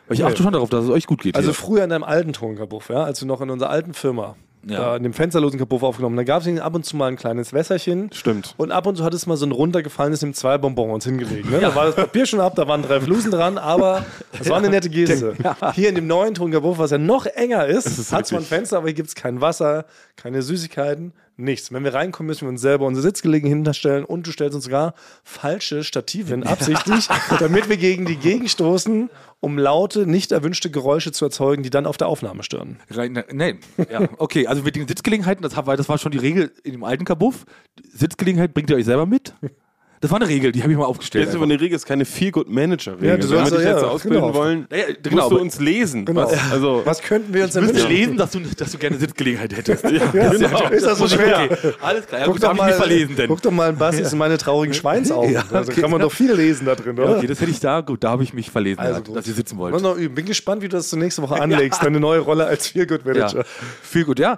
D: Weil ich achte schon darauf, dass es euch gut geht.
C: Also
D: hier.
C: früher in deinem alten Tonkabuff, ja, als du noch in unserer alten Firma,
D: Ja.
C: äh, in dem fensterlosen Kabuff aufgenommen, da gab es ab und zu mal ein kleines Wässerchen.
E: Stimmt.
C: Und ab und zu hat es mal so ein runtergefallenes im zwei Bonbons hingelegt. Ne? Da war das Papier schon ab, da waren drei Flusen dran, aber es war eine nette Geste. Hier in dem neuen Tonkabuff, was ja noch enger ist, hat zwar ein Fenster, aber hier gibt es kein Wasser, keine Süßigkeiten, nichts. Wenn wir reinkommen, müssen wir uns selber unsere Sitzgelegen hinterstellen und du stellst uns sogar falsche Stative hin, absichtlich, damit wir gegen die gegenstoßen, um laute, nicht erwünschte Geräusche zu erzeugen, die dann auf der Aufnahme stören.
D: Rein, nein. Ja, okay, also mit den Sitzgelegenheiten, das, hab- weil das war schon die Regel in dem alten Kabuff. Sitzgelegenheit bringt ihr euch selber mit. Das war eine Regel, die habe ich mal aufgestellt.
E: Jetzt über eine Regel ist keine viel good manager regel
C: Ja, du sollst-
E: Wenn wir dich
C: ja,
E: jetzt
C: ja,
E: ausbilden
C: genau.
E: wollen,
D: Ja, ja, genau,
E: musst du
D: aber- Genau.
E: uns lesen. Was, also,
C: Was könnten wir uns
D: Du
C: denn
D: müsstest
C: wünschen?
D: lesen, dass du, nicht- dass du gerne Sitzgelegenheit hättest.
E: ja, genau.
C: Ist das so schwer?
D: Okay, alles klar. Ja, gut, habe ich mich verlesen denn.
C: guck doch mal in Bastis und meine traurigen Schweinsaugen.
D: Ja,
C: Also
D: okay.
C: kann man doch viel lesen da drin, oder?
D: Okay, das hätte ich da, gut, da habe ich mich verlesen,
C: Also
D: ja,
C: gut.
D: dass ihr sitzen
C: Muss
D: wollt.
C: noch üben. Bin gespannt, wie du das zur nächsten Woche anlegst, deine neue Rolle als Feelgood-Manager.
D: Ja, viel gut, ja.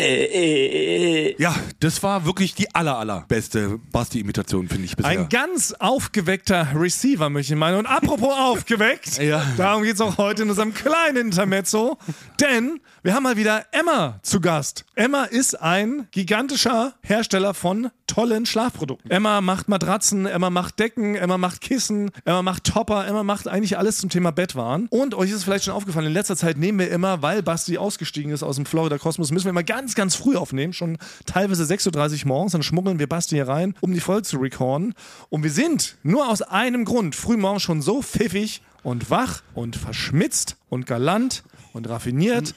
F: Reklame.
D: Ja, das war wirklich die aller, allerbeste Basti-Imitation, finde ich bisher.
G: Ein ganz aufgeweckter Receiver, möchte ich meinen. Und apropos aufgeweckt,
D: Ja.
G: darum geht es auch heute in unserem kleinen Intermezzo. Denn wir haben mal wieder Emma zu Gast. Emma ist ein gigantischer Hersteller von tollen Schlafprodukten. Emma macht Matratzen, Emma macht Decken, Emma macht Kissen, Emma macht Topper, Emma macht eigentlich alles zum Thema Bettwaren. Und euch ist es vielleicht schon aufgefallen, in letzter Zeit nehmen wir immer, weil Basti ausgestiegen ist aus dem Florida Kosmos, müssen wir immer ganz, ganz früh aufnehmen, schon teilweise 6.30 Uhr morgens, dann schmuggeln wir Basti hier rein, um die Folge zu recorden. Und wir sind nur aus einem Grund frühmorgens schon so pfiffig und wach und verschmitzt und galant und raffiniert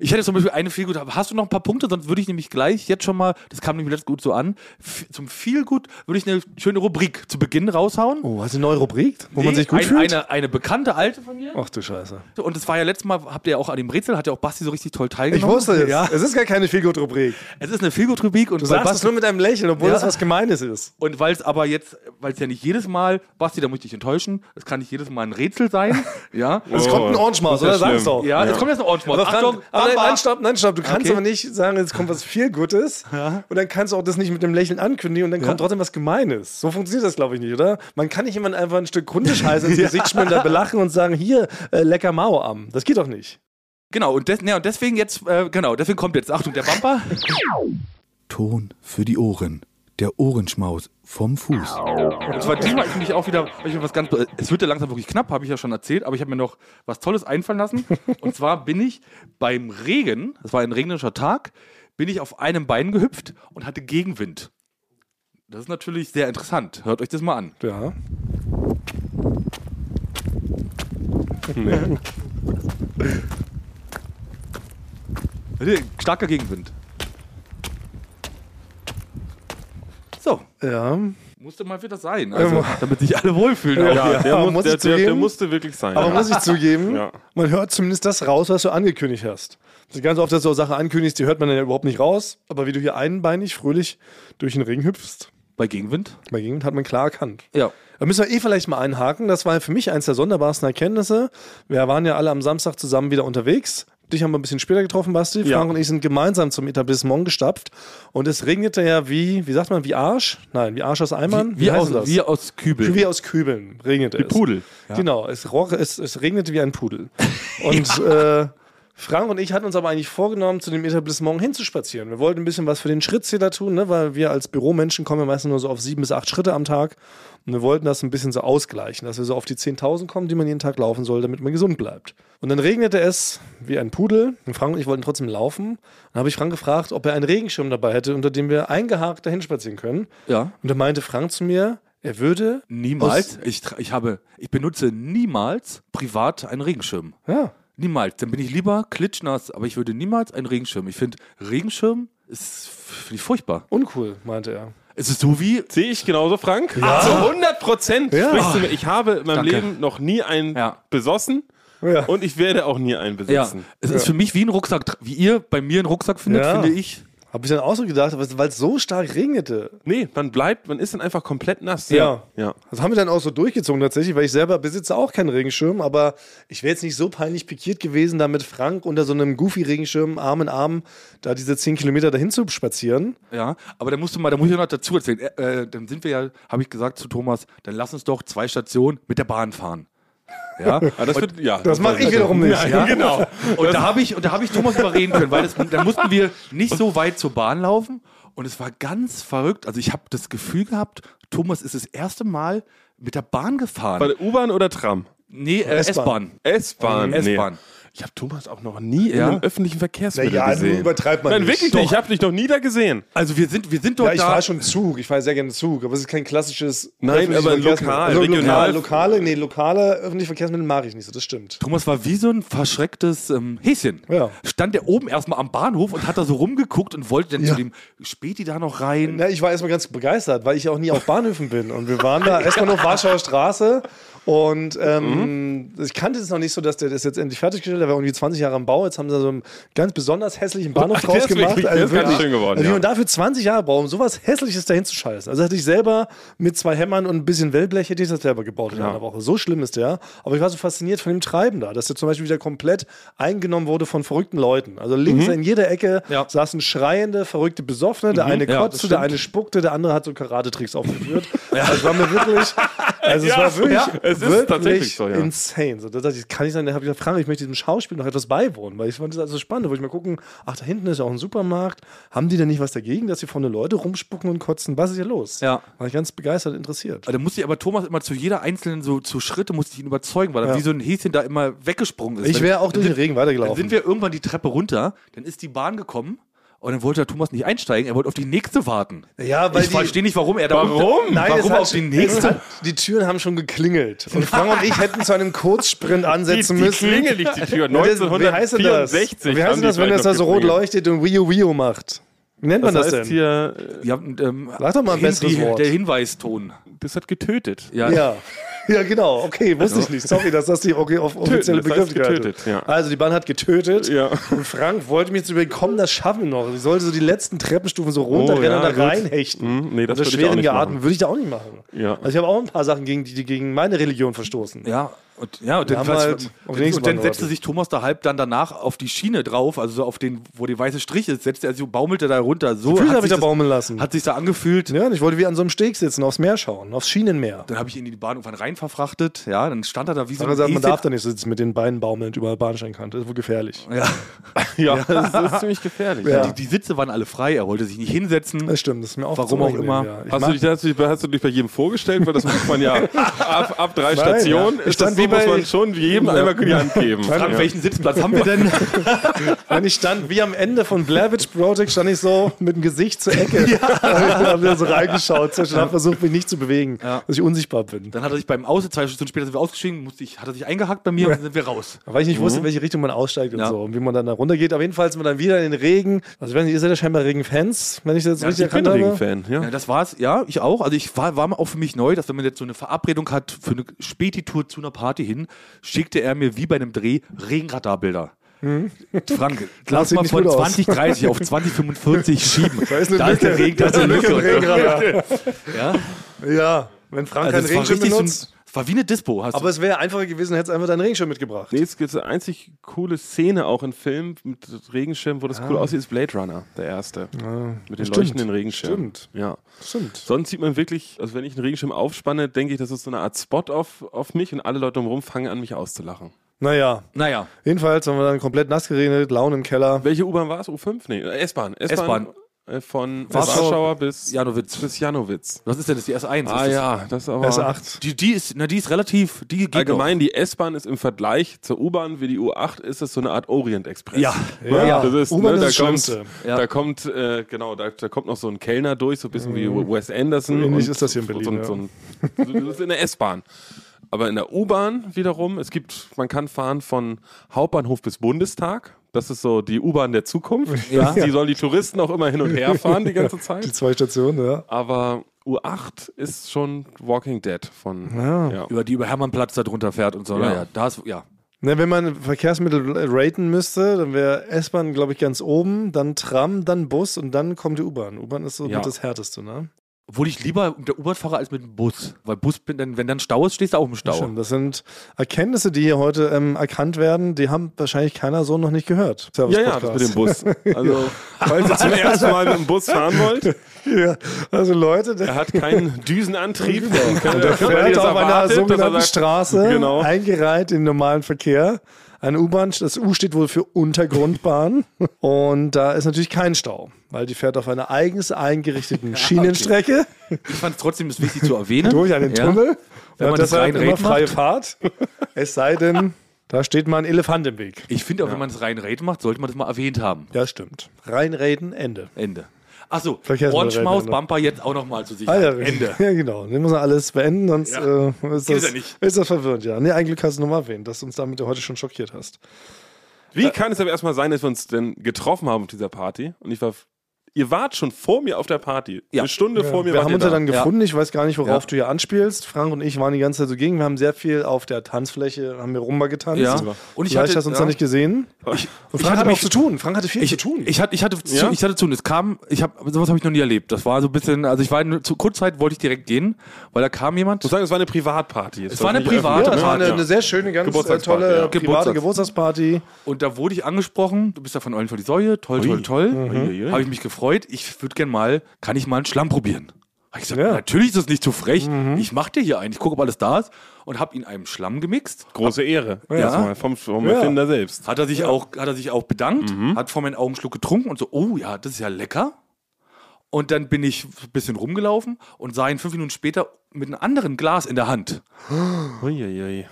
D: Ich hätte zum Beispiel eine Feelgood. Hast du noch ein paar Punkte? Sonst würde ich nämlich gleich jetzt schon mal, das kam nämlich letztes gut so an, f- zum Feelgood würde ich eine schöne Rubrik zu Beginn raushauen.
C: Oh, hast du eine neue Rubrik, wo man
D: Nee,
C: sich gut
D: ein,
C: fühlt?
D: Eine, eine bekannte alte von mir.
C: Ach du Scheiße.
D: Und das war ja letztes Mal, habt ihr ja auch an dem Brezel, hat ja auch Basti so richtig toll
C: Ich
D: teilgenommen.
C: wusste es.
D: Ja.
C: Es ist gar keine Feelgood-Rubrik.
D: Es ist eine Feelgood-Rubrik und
C: Du
D: weil
C: sagst es
D: Basti-
C: nur mit einem Lächeln, obwohl
D: Ja.
C: das was Gemeines ist.
D: Und weil es aber jetzt, weil es ja nicht jedes Mal, Basti, da muss ich dich enttäuschen, es kann nicht jedes Mal ein Rätsel sein. ja.
C: Es kommt ein Orange Maus,
E: ist ja
C: oder? Sag's
E: schlimm.
C: doch.
D: Ja, jetzt kommt jetzt ein Orange-Mod.
C: Aber, Frank, aber nein, nein, stopp, nein, stopp. Du kannst
D: Okay.
C: aber nicht sagen, jetzt kommt was viel Gutes und dann kannst du auch das nicht mit einem Lächeln ankündigen und dann kommt trotzdem was Gemeines. So funktioniert das, glaube ich, nicht, oder? Man kann nicht jemand einfach ein Stück Kundescheiße ins Gesicht schmieren, da belachen und sagen, hier, äh, lecker Mao am. Das geht doch nicht.
D: Genau, und, des, ne, und deswegen jetzt, äh, genau, deswegen kommt jetzt, Achtung, der Bumper.
F: Ton für die Ohren. Der Ohrenschmaus vom Fuß.
D: Und zwar diesmal ist nämlich auch wieder, weil ich mir was ganz, es wird ja langsam wirklich knapp, habe ich ja schon erzählt, aber ich habe mir noch was Tolles einfallen lassen. Und zwar bin ich beim Regen, es war ein regnerischer Tag, bin ich auf einem Bein gehüpft und hatte Gegenwind. Das ist natürlich sehr interessant. Hört euch das mal an.
C: Ja.
D: Starker Gegenwind. So,
C: Ja.
D: musste mal wieder sein, also, damit sich alle wohlfühlen. auch
E: Ja,
D: hier.
E: der,
C: Ja,
E: muss,
C: muss
E: der,
C: ich
E: der, der
C: zugeben.
E: musste wirklich sein.
C: Aber muss ich zugeben,
E: Ja.
C: man hört zumindest das raus, was du angekündigt hast. Also Ganz oft, dass du auch Sachen ankündigst, die hört man dann ja überhaupt nicht raus. Aber wie du hier einbeinig fröhlich durch den Regen hüpfst,
D: Bei Gegenwind?
C: bei Gegenwind hat man klar erkannt.
D: Ja.
C: Da müssen wir eh vielleicht mal einhaken. Das war für mich eins der sonderbarsten Erkenntnisse. Wir waren ja alle am Samstag zusammen wieder unterwegs. Dich haben wir ein bisschen später getroffen, Basti.
E: Ja.
C: Frank und ich sind gemeinsam zum Etablissement gestapft. Und es regnete ja wie, wie sagt man, wie Arsch? Nein, wie Arsch aus Eimern?
D: Wie,
C: heißt
D: aus, wie aus Kübel.
C: wie aus Kübeln regnete wie es.
E: Pudel.
C: Genau, es, roch, es, es regnete wie ein Pudel. Und äh, Frank und ich hatten uns aber eigentlich vorgenommen, zu dem Etablissement hinzuspazieren. Wir wollten ein bisschen was für den Schrittzähler tun, ne? weil wir als Büromenschen kommen ja meistens nur so auf sieben bis acht Schritte am Tag. Und wir wollten das ein bisschen so ausgleichen, dass wir so auf die 10.000 kommen, die man jeden Tag laufen soll, damit man gesund bleibt. Und dann regnete es wie ein Pudel. Und Frank und ich wollten trotzdem laufen. Dann habe ich Frank gefragt, ob er einen Regenschirm dabei hätte, unter dem wir eingehakt dahinspazieren können.
D: Ja.
C: Und da meinte Frank zu mir, er würde
D: Niemals. Ich, tra- ich, habe, ich benutze niemals privat einen Regenschirm.
C: Ja.
D: Niemals. Dann bin ich lieber klitschnass, aber ich würde niemals einen Regenschirm. Ich finde, Regenschirm ist finde ich furchtbar.
C: Uncool, meinte er.
D: Es ist so wie.
E: Sehe ich genauso, Frank? Zu 100 Prozent sprichst du mir. Ich habe in meinem
D: Danke.
E: Leben noch nie einen
D: Ja.
E: besossen
C: Ja.
E: und ich werde auch nie einen
D: Ja,
E: besitzen.
D: es ist für mich wie ein Rucksack. tra- Wie ihr bei mir einen Rucksack findet,
C: Ja.
D: finde ich.
C: Habe ich dann auch so gedacht, weil es so stark regnete.
E: Nee, man bleibt, man ist dann einfach komplett nass.
C: ja.
E: ja.
C: Das haben wir dann auch so durchgezogen tatsächlich, weil ich selber besitze auch keinen Regenschirm, aber ich wäre jetzt nicht so peinlich pikiert gewesen, da mit Frank unter so einem Goofy-Regenschirm, Arm in Arm, da diese 10 Kilometer dahin zu spazieren.
D: Ja, aber da musst du mal, da muss ich noch dazu erzählen. Äh, äh, dann sind wir ja, habe ich gesagt zu Thomas, dann lass uns doch zwei Stationen mit der Bahn fahren. Ja,
E: Ah, das wird, ja.
C: Das mache ich wiederum nicht.
D: Ja, genau. Und da habe ich, und da hab ich Thomas überreden können, weil das, da mussten wir nicht so weit zur Bahn laufen. Und es war ganz verrückt. Also ich habe das Gefühl gehabt, Thomas ist das erste Mal mit der Bahn gefahren.
E: Bei der U-Bahn oder Tram?
D: nee, äh,
C: S-Bahn.
D: S-Bahn.
E: S-Bahn.
D: S-Bahn.
E: Ich habe Thomas auch noch nie
D: Ja.
E: in einem öffentlichen Verkehrsmittel gesehen.
C: übertreibt man
E: Nein, wirklich
C: Doch.
E: nicht. Ich habe dich noch nie da gesehen.
D: Also wir sind, wir sind dort
C: Ja, ich
D: da.
C: fahre schon Zug, ich fahre sehr gerne Zug, aber es ist kein klassisches.
E: Nein,
C: öffentliches
E: aber ein
C: Verkehrsmittel.
E: lokal,
C: also,
E: regional.
C: lokal. Lokale, nee, lokale öffentliche Verkehrsmittel mag ich nicht so, das stimmt.
D: Thomas war wie so ein verschrecktes ähm, Häschen.
C: Ja.
D: Stand der oben erstmal am Bahnhof und hat da so rumgeguckt und wollte dann
C: Ja.
D: zu dem Späti da noch rein.
C: Na, ich war erstmal ganz begeistert, weil ich auch nie auf Bahnhöfen bin. Und wir waren da erstmal nur auf Warschauer Straße Und ähm,
E: Mhm.
C: ich kannte es noch nicht so, dass der das jetzt endlich fertiggestellt hat. Der war irgendwie 20 Jahre im Bau. Jetzt haben sie so einen ganz besonders hässlichen Bahnhof
E: der
C: draus
E: ist
C: gemacht.
E: wirklich- der ist ganz schön geworden,
C: Also, wie
E: ja.
C: man dafür 20 Jahre braucht, um sowas Hässliches dahin zu scheißen. Also hätte ich selber mit zwei Hämmern und ein bisschen Wellblech hätte ich das selber gebaut in einer Woche. So schlimm ist der. Aber ich war so fasziniert von dem Treiben da, dass der zum Beispiel wieder komplett eingenommen wurde von verrückten Leuten. Also links
E: Mhm.
C: in jeder Ecke
D: Ja.
C: saßen schreiende, verrückte Besoffene. Der eine
D: Ja,
C: kotzte,
D: das
C: der eine spuckte, der andere hat so Karate-Tricks aufgeführt. Also es war mir wirklich, also es
E: Ja,
C: war wirklich,
E: ja, es ist
C: wirklich
E: tatsächlich so, ja.
C: insane. So, da dachte ich, das kann ich sein, da habe ich gefragt, ich möchte diesem Schauspiel noch etwas beiwohnen, weil ich fand das alles so spannend. Da wollte ich mal gucken, ach, da hinten ist ja auch ein Supermarkt. Haben die denn nicht was dagegen, dass hier vorne Leute rumspucken und kotzen? Was ist hier los?
D: Ja.
C: War ich ganz begeistert interessiert.
D: Aber Also Da musste ich aber Thomas immer zu jeder einzelnen so zu Schritte musste ich ihn überzeugen, weil er wie so ein Häschen da immer weggesprungen ist.
C: Ich
D: Wenn-
C: wäre auch durch den Regen
D: Dann
C: weitergelaufen.
D: Also, sind wir irgendwann die Treppe runter, dann ist die Bahn gekommen und dann wollte der Thomas nicht einsteigen, er wollte auf die nächste warten.
C: Ja, weil
D: ich
C: die-
D: verstehe nicht, warum er da Warum?
C: Nein,
D: warum
C: es hat,
D: auf die
C: es
D: nächste?
C: Hat, die Türen haben schon geklingelt. Und Frank und ich hätten zu einem Kurzsprint ansetzen müssen.
E: Klingel nicht die
C: Ja,
E: Tür.
C: das- Wie heißt denn das?
E: 1964.
C: Wie heißt denn das, wenn das da so rot leuchtet und Wio Wio macht? Wie nennt man
E: Das
C: das,
E: heißt
C: denn?
E: hier, äh,
D: Ja, und, ähm,
C: Sag doch mal ein
D: Hin-
C: besseres
D: die-
C: Wort.
D: Der Hinweiston.
E: das hat getötet.
D: Ja.
C: Ja. Ja, genau. Okay, wusste ich nicht. Sorry, dass das die okay, auf offizielle
E: das heißt
C: Begrifflichkeit
E: Also. getötet,
C: ist.
E: ja.
C: Also, die Bahn hat getötet.
E: Ja.
C: Und Frank wollte mich jetzt überkommen, das schaffen wir noch. Ich sollte so die letzten Treppenstufen so runterrennen
E: Oh, ja,
C: und da
E: gut.
C: reinhechten.
E: Hm, nee,
C: Unter
E: das würde ich auch
C: schweren
E: nicht
C: Geatmen
E: machen.
C: würde ich da auch nicht machen.
E: Ja.
C: Also, ich habe auch ein paar Sachen, gegen die, die gegen meine Religion verstoßen.
D: Ja, und, ja, und dann,
C: haben halt
D: was-
C: auf die nächste
D: und dann
C: Bahn
D: setzte
C: gewartet.
D: sich Thomas da halb dann danach auf die Schiene drauf, also so auf den, wo der weiße Strich ist, setzte er sich, baumelte da runter. So
C: Füße habe
D: sich
C: ich da
D: das-
C: baumeln lassen.
D: Hat sich da angefühlt.
C: ja, und ich wollte wie an so einem Steg sitzen, aufs Meer schauen, aufs Schienenmeer.
D: Dann habe ich ihn in die Bahn irgendwann rein verfrachtet. Ja, dann stand er da wie so
C: Sarah sagt, man
D: Häschen.
C: darf da nicht sitzen mit den Beinen baumelnd über Bahnsteinkante. Das ist wohl gefährlich.
D: Ja.
E: Ja, das ist ziemlich gefährlich.
C: Ja.
D: Die, die Sitze waren alle frei, er wollte sich nicht hinsetzen.
C: Das stimmt, das ist mir auch
D: Warum auch
C: unangenehm,
D: immer.
C: Ja. Ich
E: Hast
C: mag-
E: du, dich, hast, du dich, hast du dich bei jedem vorgestellt? Weil das muss man ja ab, ab drei
C: Nein,
E: Stationen.
C: ja. Ich
E: Ist das
C: stand
E: so,
C: wie
E: muss
C: bei-
E: man schon jedem einmal die Hand geben.
D: Frank,
E: Ja.
D: welchen Sitzplatz haben wir denn?
C: Wenn ich stand, wie am Ende von Blavich Project, stand ich so mit dem Gesicht zur Ecke. ja. Und hab da so reingeschaut und hab versucht, mich nicht zu bewegen, dass ich unsichtbar bin.
D: Dann hat er sich beim Aus, zwei Stunden später sind wir ausgestiegen, musste ich, hat er sich eingehackt bei mir und dann sind wir raus.
C: Weil ich nicht wusste, in welche Richtung man aussteigt und
D: Mhm. Ja.
C: so und wie man dann da runtergeht. Auf jeden Fall sind wir dann wieder in den Regen. Also, wenn ihr seid ja scheinbar Regenfans, wenn ich das jetzt richtig
E: ich bin
C: erkannt habe.
E: Regenfan. Ja.
D: Ja, das war's, ja, ich auch. Also ich war, war auch für mich neu, dass wenn man jetzt so eine Verabredung hat für eine Späti-Tour zu einer Party hin, schickte er mir wie bei einem Dreh Regenradarbilder. Frank, lass
C: sieht
D: mal
C: nicht
D: von
C: gut aus.
D: 2030 auf 2045 schieben. Da ist eine, Regen, da ist eine
C: Glück im
D: Lücke.
C: Regenradar.
D: Ja?
C: Ja, wenn Frank
D: Also
C: keinen
D: es war
C: Regenschirm
D: richtig so ein,
C: benutzt.
D: es war wie eine Dispo. Hast
C: aber es wäre einfacher gewesen, hättest einfach deinen Regenschirm mitgebracht.
E: Nee, es gibt eine einzig coole Szene auch im Film mit Regenschirm, wo das cool aussieht, ist Blade Runner, der erste. mit den leuchtenden Regenschirmen.
C: Stimmt.
E: Ja.
C: Stimmt.
E: Sonst sieht man wirklich, also wenn ich einen Regenschirm aufspanne, denke ich, das ist so eine Art Spot auf, auf mich und alle Leute drumherum fangen an, mich auszulachen.
C: Naja,
D: du, naja,
C: jedenfalls haben wir dann komplett nass geredet, Laune im Keller.
E: Welche U-Bahn war es? U5? Nee, äh, S-Bahn.
D: S-Bahn.
E: äh, Von
D: Warschau-
E: Warschauer bis
D: Janowitz.
E: Bis Janowitz.
D: was ist denn das? Die S1?
E: Ah
D: ist das,
E: ja, das ist aber.
C: S8.
D: Die, die ist, na, die ist relativ, die geht noch.
E: Allgemein, die S-Bahn ist im Vergleich zur U-Bahn wie die U8 ist es so eine Art Orient-Express.
D: Ja.
E: Ne?
C: Ja.
E: Das ist,
C: U-Bahn
E: ne,
C: ist
E: da,
C: das
E: kommt,
C: Schlimmste.
D: Ja.
E: da kommt, äh, genau, da, da kommt noch so ein Kellner durch, so ein bisschen wie Wes Anderson.
C: Mhm. So ähnlich ist das hier in
E: So,
C: Berlin,
E: ein- so, ein- so, das ist in der S-Bahn. Aber in der U-Bahn wiederum, es gibt, man kann fahren von Hauptbahnhof bis Bundestag. Das ist so die U-Bahn der Zukunft.
D: Ja.
E: Die sollen die Touristen auch immer hin und her fahren die ganze Zeit.
C: Die zwei Stationen, ja.
E: Aber U8 ist schon Walking Dead von.
C: Ah.
E: Ja.
D: Über die über Hermannplatz da drunter fährt und so.
E: Ja.
D: Ja. Ja, das, ja.
C: Ne, wenn man Verkehrsmittel raten müsste, dann wäre S-Bahn, glaube ich, ganz oben, dann Tram, dann Bus und dann kommt die U-Bahn. U-Bahn ist so
D: Ja.
C: mit das Härteste, ne?
D: Obwohl ich lieber mit der U-Bahn fahre als mit dem Bus. Weil Bus, bin dann, wenn dann Stau ist, stehst du auch im
C: Das
D: Stau.
C: stimmt. Das sind Erkenntnisse, die hier heute ähm, erkannt werden, die haben wahrscheinlich keiner so noch nicht gehört. Servus
E: Ja, ja, das mit dem Bus. Also, falls ihr zum ersten Mal mit dem Bus fahren wollt,
C: ja, also Leute,
E: er
C: der
E: hat keinen Düsenantrieb. Und der
C: Genau. fährt auf einer sogenannten Straße,
E: Genau.
C: eingereiht in den normalen Verkehr. Eine U-Bahn, das U steht wohl für Untergrundbahn und da ist natürlich kein Stau, weil die fährt auf einer eigens eingerichteten Schienenstrecke.
D: Ich fand es trotzdem ist wichtig zu erwähnen.
C: durch einen Tunnel.
D: Wenn
C: und
D: man das
C: deshalb
D: rein
C: immer
D: reden
C: freie
D: macht.
C: Fahrt. Es sei denn, da steht mal ein Elefant im Weg.
D: Ich finde auch, wenn man es rein Raid macht, sollte man das mal erwähnt haben.
C: Ja, stimmt. Reinreden, Ende.
D: Ende. Achso,
C: Verkehrsmittel
D: Orange Maus
C: Raid, ne?
D: Bumper jetzt auch nochmal zu sich.
C: Ah, ja,
D: Ende.
C: Ja, genau. Den muss man alles beenden, sonst äh,
D: Ja.
C: ist,
D: Geht
C: das,
D: ja nicht.
C: ist das verwirrend, ja. Nee, ein Glück hast du nochmal erwähnt, dass du uns damit ja heute schon schockiert hast.
E: Wie kann es aber erstmal sein, dass wir uns denn getroffen haben auf dieser Party? Und ich war ihr wart schon vor mir auf der Party. Eine Stunde vor mir
C: Wir
E: wart
C: haben
E: ihr
C: uns ja dann gefunden, ich weiß gar nicht, worauf
E: Ja.
C: du hier anspielst. Frank und ich waren die ganze Zeit so gegen. Wir haben sehr viel auf der Tanzfläche, haben wir Rumba getanzt.
D: Ja.
C: Und
D: Und
C: ich
D: ich
C: Vielleicht
D: hatte-
C: hast du uns
D: ja.
C: da nicht gesehen. und Frank
D: hatte
C: hatte
D: mich-
C: auch zu tun. Frank hatte viel
D: Ich,
C: zu tun.
D: ich hatte, ich hatte, zu, ich hatte zu, es kam, ich habe, sowas habe ich noch nie erlebt. Das war so ein bisschen, also ich war nur- zu kurz Zeit wollte ich direkt gehen, weil da kam jemand.
E: Ich muss sagen, es war eine Privatparty.
D: Es war eine
E: nicht
D: Privat-
E: öffentlich,
C: ja, das war eine,
E: Ja.
C: eine sehr schöne, ganz äh,
E: Geburtstagsparty,
C: tolle
E: ja.
C: private
E: Geburtstags-
C: Geburtstagsparty.
D: Und da wurde ich angesprochen, du bist ja von Eulen vor die Säue, toll, toll, toll.
E: Uiuiui.
D: Habe ich mich gefreut, ich würde gern mal, kann ich mal einen Schlamm probieren? Hab ich gesagt,
C: Ja.
D: natürlich ist das nicht zu frech. Ich mach dir hier einen, ich gucke, ob alles da ist. Und habe ihn einem Schlamm gemixt.
E: Große Ehre. Erstmal vom, vom
C: Ja.
E: Erfinder selbst.
D: Hat er sich, auch, hat er sich auch bedankt, hat vor meinen Augen einen Schluck getrunken und so, oh ja, das ist ja lecker. Und dann bin ich ein bisschen rumgelaufen und sah ihn fünf Minuten später mit einem anderen Glas in der Hand.
E: Uiuiui.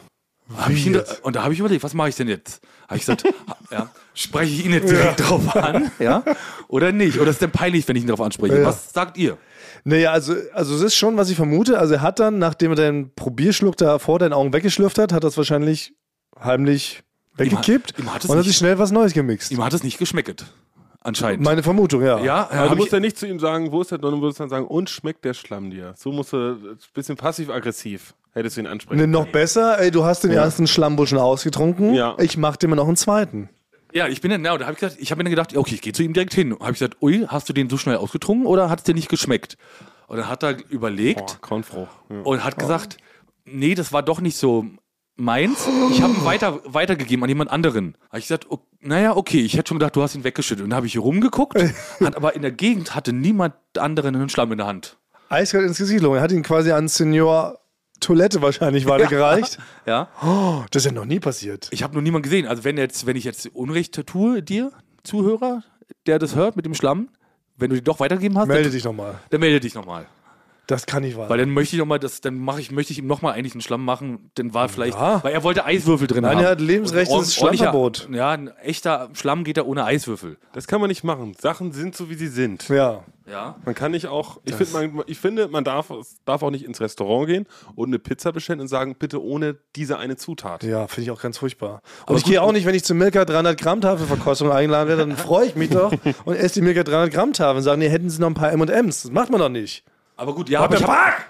D: Hab ich ihn, und da habe ich überlegt, was mache ich denn jetzt? Habe ich gesagt, ha- ja, spreche ich ihn jetzt direkt drauf an? Ja? Oder nicht? Oder ist denn peinlich, wenn ich ihn drauf anspreche?
C: Ja.
D: Was sagt ihr?
C: Naja, also, also es ist schon, was ich vermute. Also er hat dann, nachdem er den Probierschluck da vor deinen Augen weggeschlürft hat, hat das wahrscheinlich heimlich weggekippt
D: ihm hat es
C: und hat sich
D: nicht-
C: schnell was Neues gemixt.
D: Ihm hat es nicht geschmeckt. Anscheinend.
C: Meine Vermutung, ja.
D: ja,
E: Also
D: hab
E: du
D: ich,
E: musst ja nicht zu ihm sagen, wo ist er, sondern du musst dann sagen, und schmeckt der Schlamm dir? So musst du ein bisschen passiv-aggressiv hättest du ihn ansprechen.
C: Ne, noch besser, ey, du hast den ersten Schlammbuschen ausgetrunken.
E: Ja.
C: Ich mach dir mal noch einen zweiten.
D: ja, ich bin dann, na, und da habe ich gesagt, ich habe mir dann gedacht, ja, okay, ich gehe zu ihm direkt hin. Habe ich gesagt, ui, hast du den so schnell ausgetrunken oder hat es dir nicht geschmeckt? Und dann hat er überlegt
E: Boah, Kornfroh. Ja.
D: und hat gesagt, nee, das war doch nicht so meins. Ich habe ihn weiter, weitergegeben an jemand anderen. Habe ich gesagt, ok- naja, okay, ich hätte schon gedacht, du hast ihn weggeschüttet. Und dann habe ich hier rumgeguckt, hat, aber in der Gegend hatte niemand anderen einen Schlamm in der Hand.
C: Eiskalt ins Gesicht gelungen. Er hat ihn quasi an Senior Toilette wahrscheinlich weitergereicht.
D: Ja?
C: Oh, das ist ja noch nie passiert.
D: Ich habe noch niemanden gesehen. Also wenn jetzt, wenn ich jetzt Unrecht tue, dir, Zuhörer, der das hört mit dem Schlamm, wenn du die doch weitergegeben hast,
C: Melde
D: dann,
C: dich nochmal.
D: dann melde dich nochmal.
C: Das kann nicht wahr
D: Weil
C: sein.
D: dann möchte ich nochmal, das, dann mache ich, möchte ich ihm nochmal eigentlich einen Schlamm machen. Dann war vielleicht,
C: Ja.
D: weil er wollte Eiswürfel drin
C: Nein,
D: haben.
C: er hat Lebensrecht,
D: Und
C: das ist
D: ordentlicher-
C: Schlammverbot.
D: Ja, ein echter Schlamm geht da ohne Eiswürfel.
E: Das kann man nicht machen. Sachen sind so, wie sie sind.
C: Ja.
D: Ja.
E: Man kann nicht auch, ich, find, man, ich finde, man darf, es darf auch nicht ins Restaurant gehen und eine Pizza bestellen und sagen, bitte ohne diese eine Zutat.
C: Ja, finde ich auch ganz furchtbar. Und ich gehe auch nicht, wenn ich zu Milka 300 Gramm Tafelverkostung eingeladen werde, dann freue ich mich doch und esse die Milka 300 Gramm Tafel und sage, nee, hätten sie noch ein paar M&M's. Das macht man doch nicht.
D: Aber gut, ja, aber, ich hab,
C: Pack!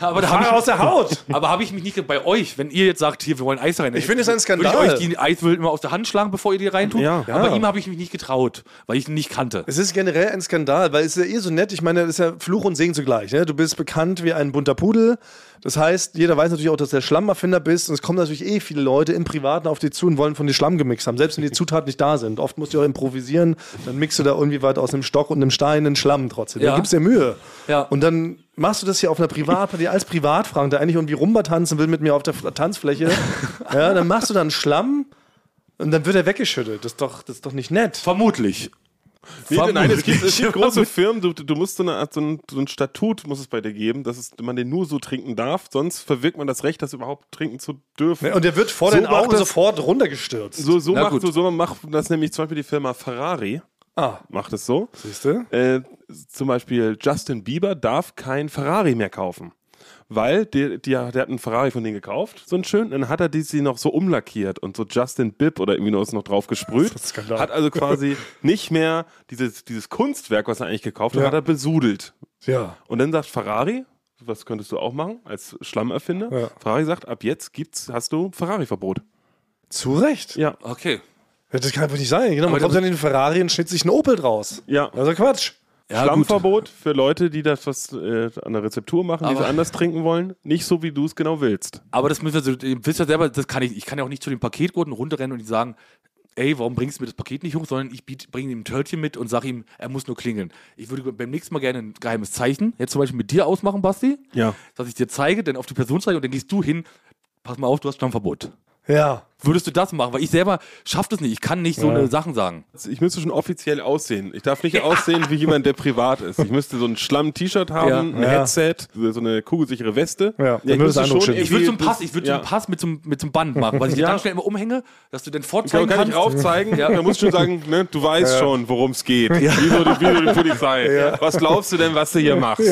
D: aber da habe ich,
C: aus der Haut!
D: aber habe ich mich nicht ge- bei euch, wenn ihr jetzt sagt, hier, wir wollen Eis rein.
C: Ich finde, es ist ein Skandal.
D: Würde ich euch die Eiswürfel immer aus der Hand schlagen, bevor ihr die reintut.
E: Ja.
D: Aber
C: Ja.
D: ihm habe ich mich nicht getraut, weil ich ihn nicht kannte.
C: Es ist generell ein Skandal, weil es ist ja eh so nett. Ich meine, das ist ja Fluch und Segen zugleich. Ne? Du bist bekannt wie ein bunter Pudel. Das heißt, jeder weiß natürlich auch, dass du der Schlammerfinder bist. Und es kommen natürlich eh viele Leute im Privaten auf dich zu und wollen von dir Schlamm gemixt haben, selbst wenn die Zutaten nicht da sind. Oft musst du auch improvisieren. Dann mixt du da irgendwie was aus einem Stock und einem Stein einen Schlamm trotzdem.
D: Ja.
C: Dann gibst du dir Mühe.
D: Ja.
C: Und dann machst du das hier auf einer Privatparty als Privatfrank, der eigentlich irgendwie Rumba tanzen will mit mir auf der F- Tanzfläche. ja, dann machst du dann Schlamm. Und dann wird er weggeschüttet. Das ist doch, das ist doch nicht nett.
D: Vermutlich.
E: Nee, nein, es gibt, es gibt große
D: Vermutlich.
E: Firmen, du, du musst so, eine, Art- so, ein, so ein Statut muss es bei dir geben, dass es, man den nur so trinken darf, sonst verwirkt man das Recht, das überhaupt trinken zu dürfen.
C: Ne, Und der wird vor
E: So
C: deinen
E: macht
C: Augen
E: das-
C: sofort runtergestürzt.
E: so, so
D: Na
E: macht
D: gut.
E: so, so macht das nämlich zum Beispiel die Firma Ferrari.
C: Ah.
E: Macht es so.
C: Siehst du?
E: Äh, zum Beispiel Justin Bieber darf kein Ferrari mehr kaufen. Weil der, der, der hat einen Ferrari von denen gekauft, so einen schönen, dann hat er die sie noch so umlackiert und so Justin Bibb oder irgendwie noch ist noch drauf gesprüht.
C: ist Skandal.
E: Hat also quasi nicht mehr dieses, dieses Kunstwerk, was er eigentlich gekauft hat,
C: Ja.
E: hat er besudelt.
C: Ja.
E: Und dann sagt Ferrari, was könntest du auch machen als Schlammerfinder?
C: Ja.
E: Ferrari sagt, ab jetzt gibt's, hast du Ferrari-Verbot.
C: Zu Recht.
E: Ja.
D: Okay.
C: Ja, Das kann einfach nicht sein. Genau, man kommt dann in den Ferrari und schnitzt sich einen Opel draus.
E: Ja.
C: Also Quatsch.
D: Ja, gut.
E: Schlammverbot für Leute, die das was äh, an der Rezeptur machen, die
D: Aber-
E: sie anders trinken wollen. Nicht so, wie du es genau willst.
D: Aber das müssen wir so, ihr wisst ja selber, das kann ich, ich kann ja auch nicht zu den Paketgurten runterrennen und ihnen sagen, ey, warum bringst du mir das Paket nicht hoch, sondern ich biet- bringe ihm ein Törtchen mit und sage ihm, er muss nur klingeln. Ich würde beim nächsten Mal gerne ein geheimes Zeichen, jetzt zum Beispiel mit dir ausmachen, Basti,
E: Ja.
D: dass ich dir zeige, dann auf die Person zeige und dann gehst du hin, pass mal auf, du hast Stammverbot.
C: Ja.
D: Würdest du das machen? Weil ich selber schaff das nicht, ich kann nicht so eine Sachen sagen.
E: Ich müsste schon offiziell aussehen. Ich darf nicht aussehen wie jemand, der privat ist. Ich müsste so ein Schlamm-T-Shirt haben,
D: Ja.
E: ein
C: Ja.
E: Headset, so eine kugelsichere Weste.
C: Ja, dann
E: ich
C: würdest du
E: müsste schon
C: anrutschen.
E: irgendwie
D: Ich würde so einen Pass,
E: das-
D: ich würde
E: ja.
D: so einen Pass mit so, einem- mit so einem Band machen, weil ich ja.
E: Ja.
D: dann schnell immer umhänge, dass du dann
E: Kann,
D: vorzeigen
E: kann ich
D: kannst.
E: raufzeigen? Ja. Da musst du schon sagen, ne, du weißt schon, worum es geht. Wie, so, die- wie so die Polizei. Was glaubst du denn, was du hier machst?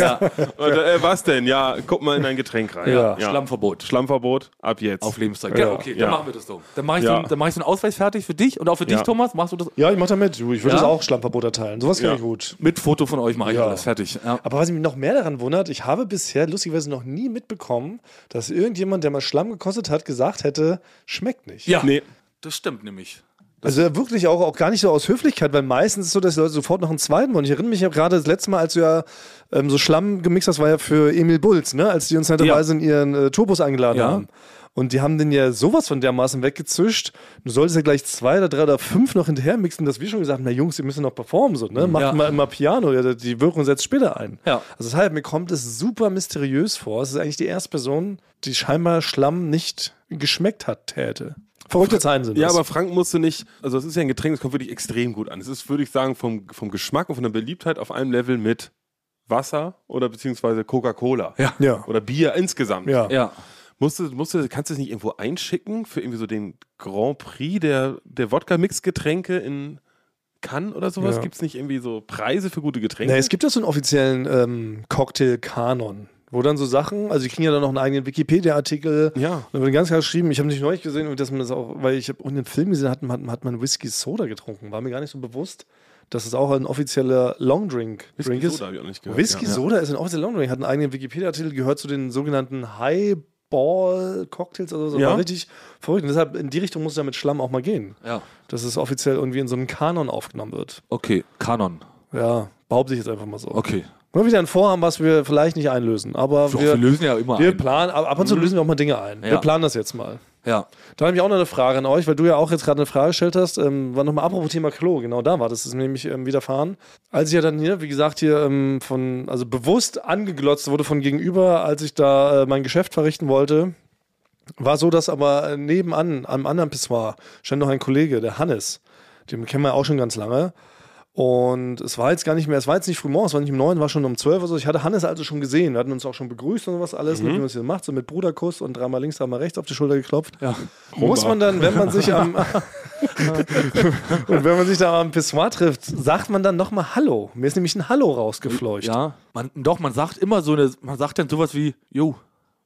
E: Oder, äh, was denn? Ja, guck mal in dein Getränk rein.
C: Ja.
D: Schlammverbot.
E: Schlammverbot ab jetzt.
D: Auf Lebenszeit. Ja, okay, dann
E: Ja.
D: machen wir das doch. Verlagerung. Dann mache ich,
E: Ja.
D: so einen- dann mach ich so einen Ausweis fertig für dich und auch für dich,
E: Ja.
D: Thomas. Machst du das
C: Ja, ich mach da mit. Du, Ich würde das
D: Ja?
C: auch Schlammverbot erteilen. Sowas finde
E: Ja.
C: ich gut.
D: mit Foto von euch mache ich
C: Ja.
D: alles fertig. Ja.
C: Aber was mich noch mehr daran wundert, ich habe bisher lustigerweise noch nie mitbekommen, dass irgendjemand, der mal Schlamm gekostet hat, gesagt hätte, schmeckt nicht.
D: ja.
E: Nee.
D: Das stimmt nämlich.
C: Also wirklich auch, auch gar nicht so aus Höflichkeit, weil meistens ist es so, dass die Leute sofort noch einen zweiten wollen. Ich erinnere mich ja gerade das letzte Mal, als du ja ähm, so Schlamm gemixt hast, war ja für Emil Bulls, ne? als die uns netterweise in ihren äh, Tourbus eingeladen
D: Ja.
C: haben. Und die haben den ja sowas von dermaßen weggezischt. Du solltest ja gleich zwei oder drei oder fünf noch hinterher mixen, dass wir schon gesagt haben, na Jungs, ihr müsst ja noch performen. So, ne? Macht
D: Ja.
C: mal immer Piano, ja, die Wirkung setzt später ein.
D: Ja.
C: Also deshalb, mir kommt es super mysteriös vor. Es ist eigentlich die erste Person, die scheinbar Schlamm nicht geschmeckt hat, hätte. Verrückte Zeiten sind
E: Ja,
C: das.
E: aber Frank musste nicht, also es ist ja ein Getränk, das kommt wirklich extrem gut an. Es ist, würde ich sagen, vom, vom Geschmack und von der Beliebtheit auf einem Level mit Wasser oder beziehungsweise Coca-Cola.
D: Ja.
C: Ja.
E: Oder Bier insgesamt.
C: Ja.
D: Ja.
E: Musst du, musst du, kannst du es nicht irgendwo einschicken für irgendwie so den Grand Prix der, der Wodka-Mix-Getränke in Cannes oder sowas?
C: Ja.
E: Gibt es nicht irgendwie so Preise für gute Getränke?
C: Na, es gibt ja so einen offiziellen ähm, Cocktail-Kanon, wo dann so Sachen, also die kriegen ja dann noch einen eigenen Wikipedia-Artikel.
E: Ja.
C: Da wird ganz klar geschrieben, ich habe nicht neulich gesehen, dass man das auch, weil ich habe einen Film gesehen, hat, man- hat man Whisky-Soda getrunken. War mir gar nicht so bewusst, dass es auch ein offizieller Longdrink Drink ist.
E: Whisky-Soda hab ich auch nicht gehört. ja.
C: Whisky-Soda ist ein offizieller Longdrink, hat einen eigenen Wikipedia-Artikel, gehört zu den sogenannten Highball-Cocktails oder so.
E: Ja.
C: War richtig verrückt. Und deshalb, in die Richtung muss es ja mit Schlamm auch mal gehen.
D: Ja.
C: Dass es offiziell irgendwie in so einen Kanon aufgenommen wird.
D: Okay, Kanon.
C: Ja, behaupte ich jetzt einfach mal so.
D: Okay.
C: Mal wieder ein Vorhaben, was wir vielleicht nicht einlösen. Aber
D: Doch,
C: wir,
D: wir lösen ja immer
C: wir
D: ein. Mhm.
C: planen, ab ab und zu lösen wir auch mal Dinge ein. Wir
D: Ja.
C: planen das jetzt mal.
D: Ja.
C: Da habe ich auch noch eine Frage an euch, weil du ja auch jetzt gerade eine Frage gestellt hast. Ähm, war nochmal apropos Thema Klo, genau da war das, ist nämlich ähm, widerfahren. Als ich ja dann hier, wie gesagt, hier ähm, von, also bewusst angeglotzt wurde von gegenüber, als ich da äh, mein Geschäft verrichten wollte, war so, dass aber äh, nebenan, am anderen Pissoir, stand noch ein Kollege, der Hannes. Den kennen wir ja auch schon ganz lange. Und es war jetzt gar nicht mehr, es war jetzt nicht früh morgens, es war nicht um neun, war schon um zwölf oder so. Ich hatte Hannes also schon gesehen. Wir hatten uns auch schon begrüßt und sowas alles, mit dem was ihr macht, so mit Bruderkuss und dreimal links, dreimal rechts auf die Schulter geklopft. Muss man dann, wenn man sich am und wenn man sich da am Pissoir trifft, sagt man dann nochmal Hallo. Mir ist nämlich ein Hallo rausgefleucht.
D: Ja. Man, doch, man sagt immer so eine, man sagt dann sowas wie, jo,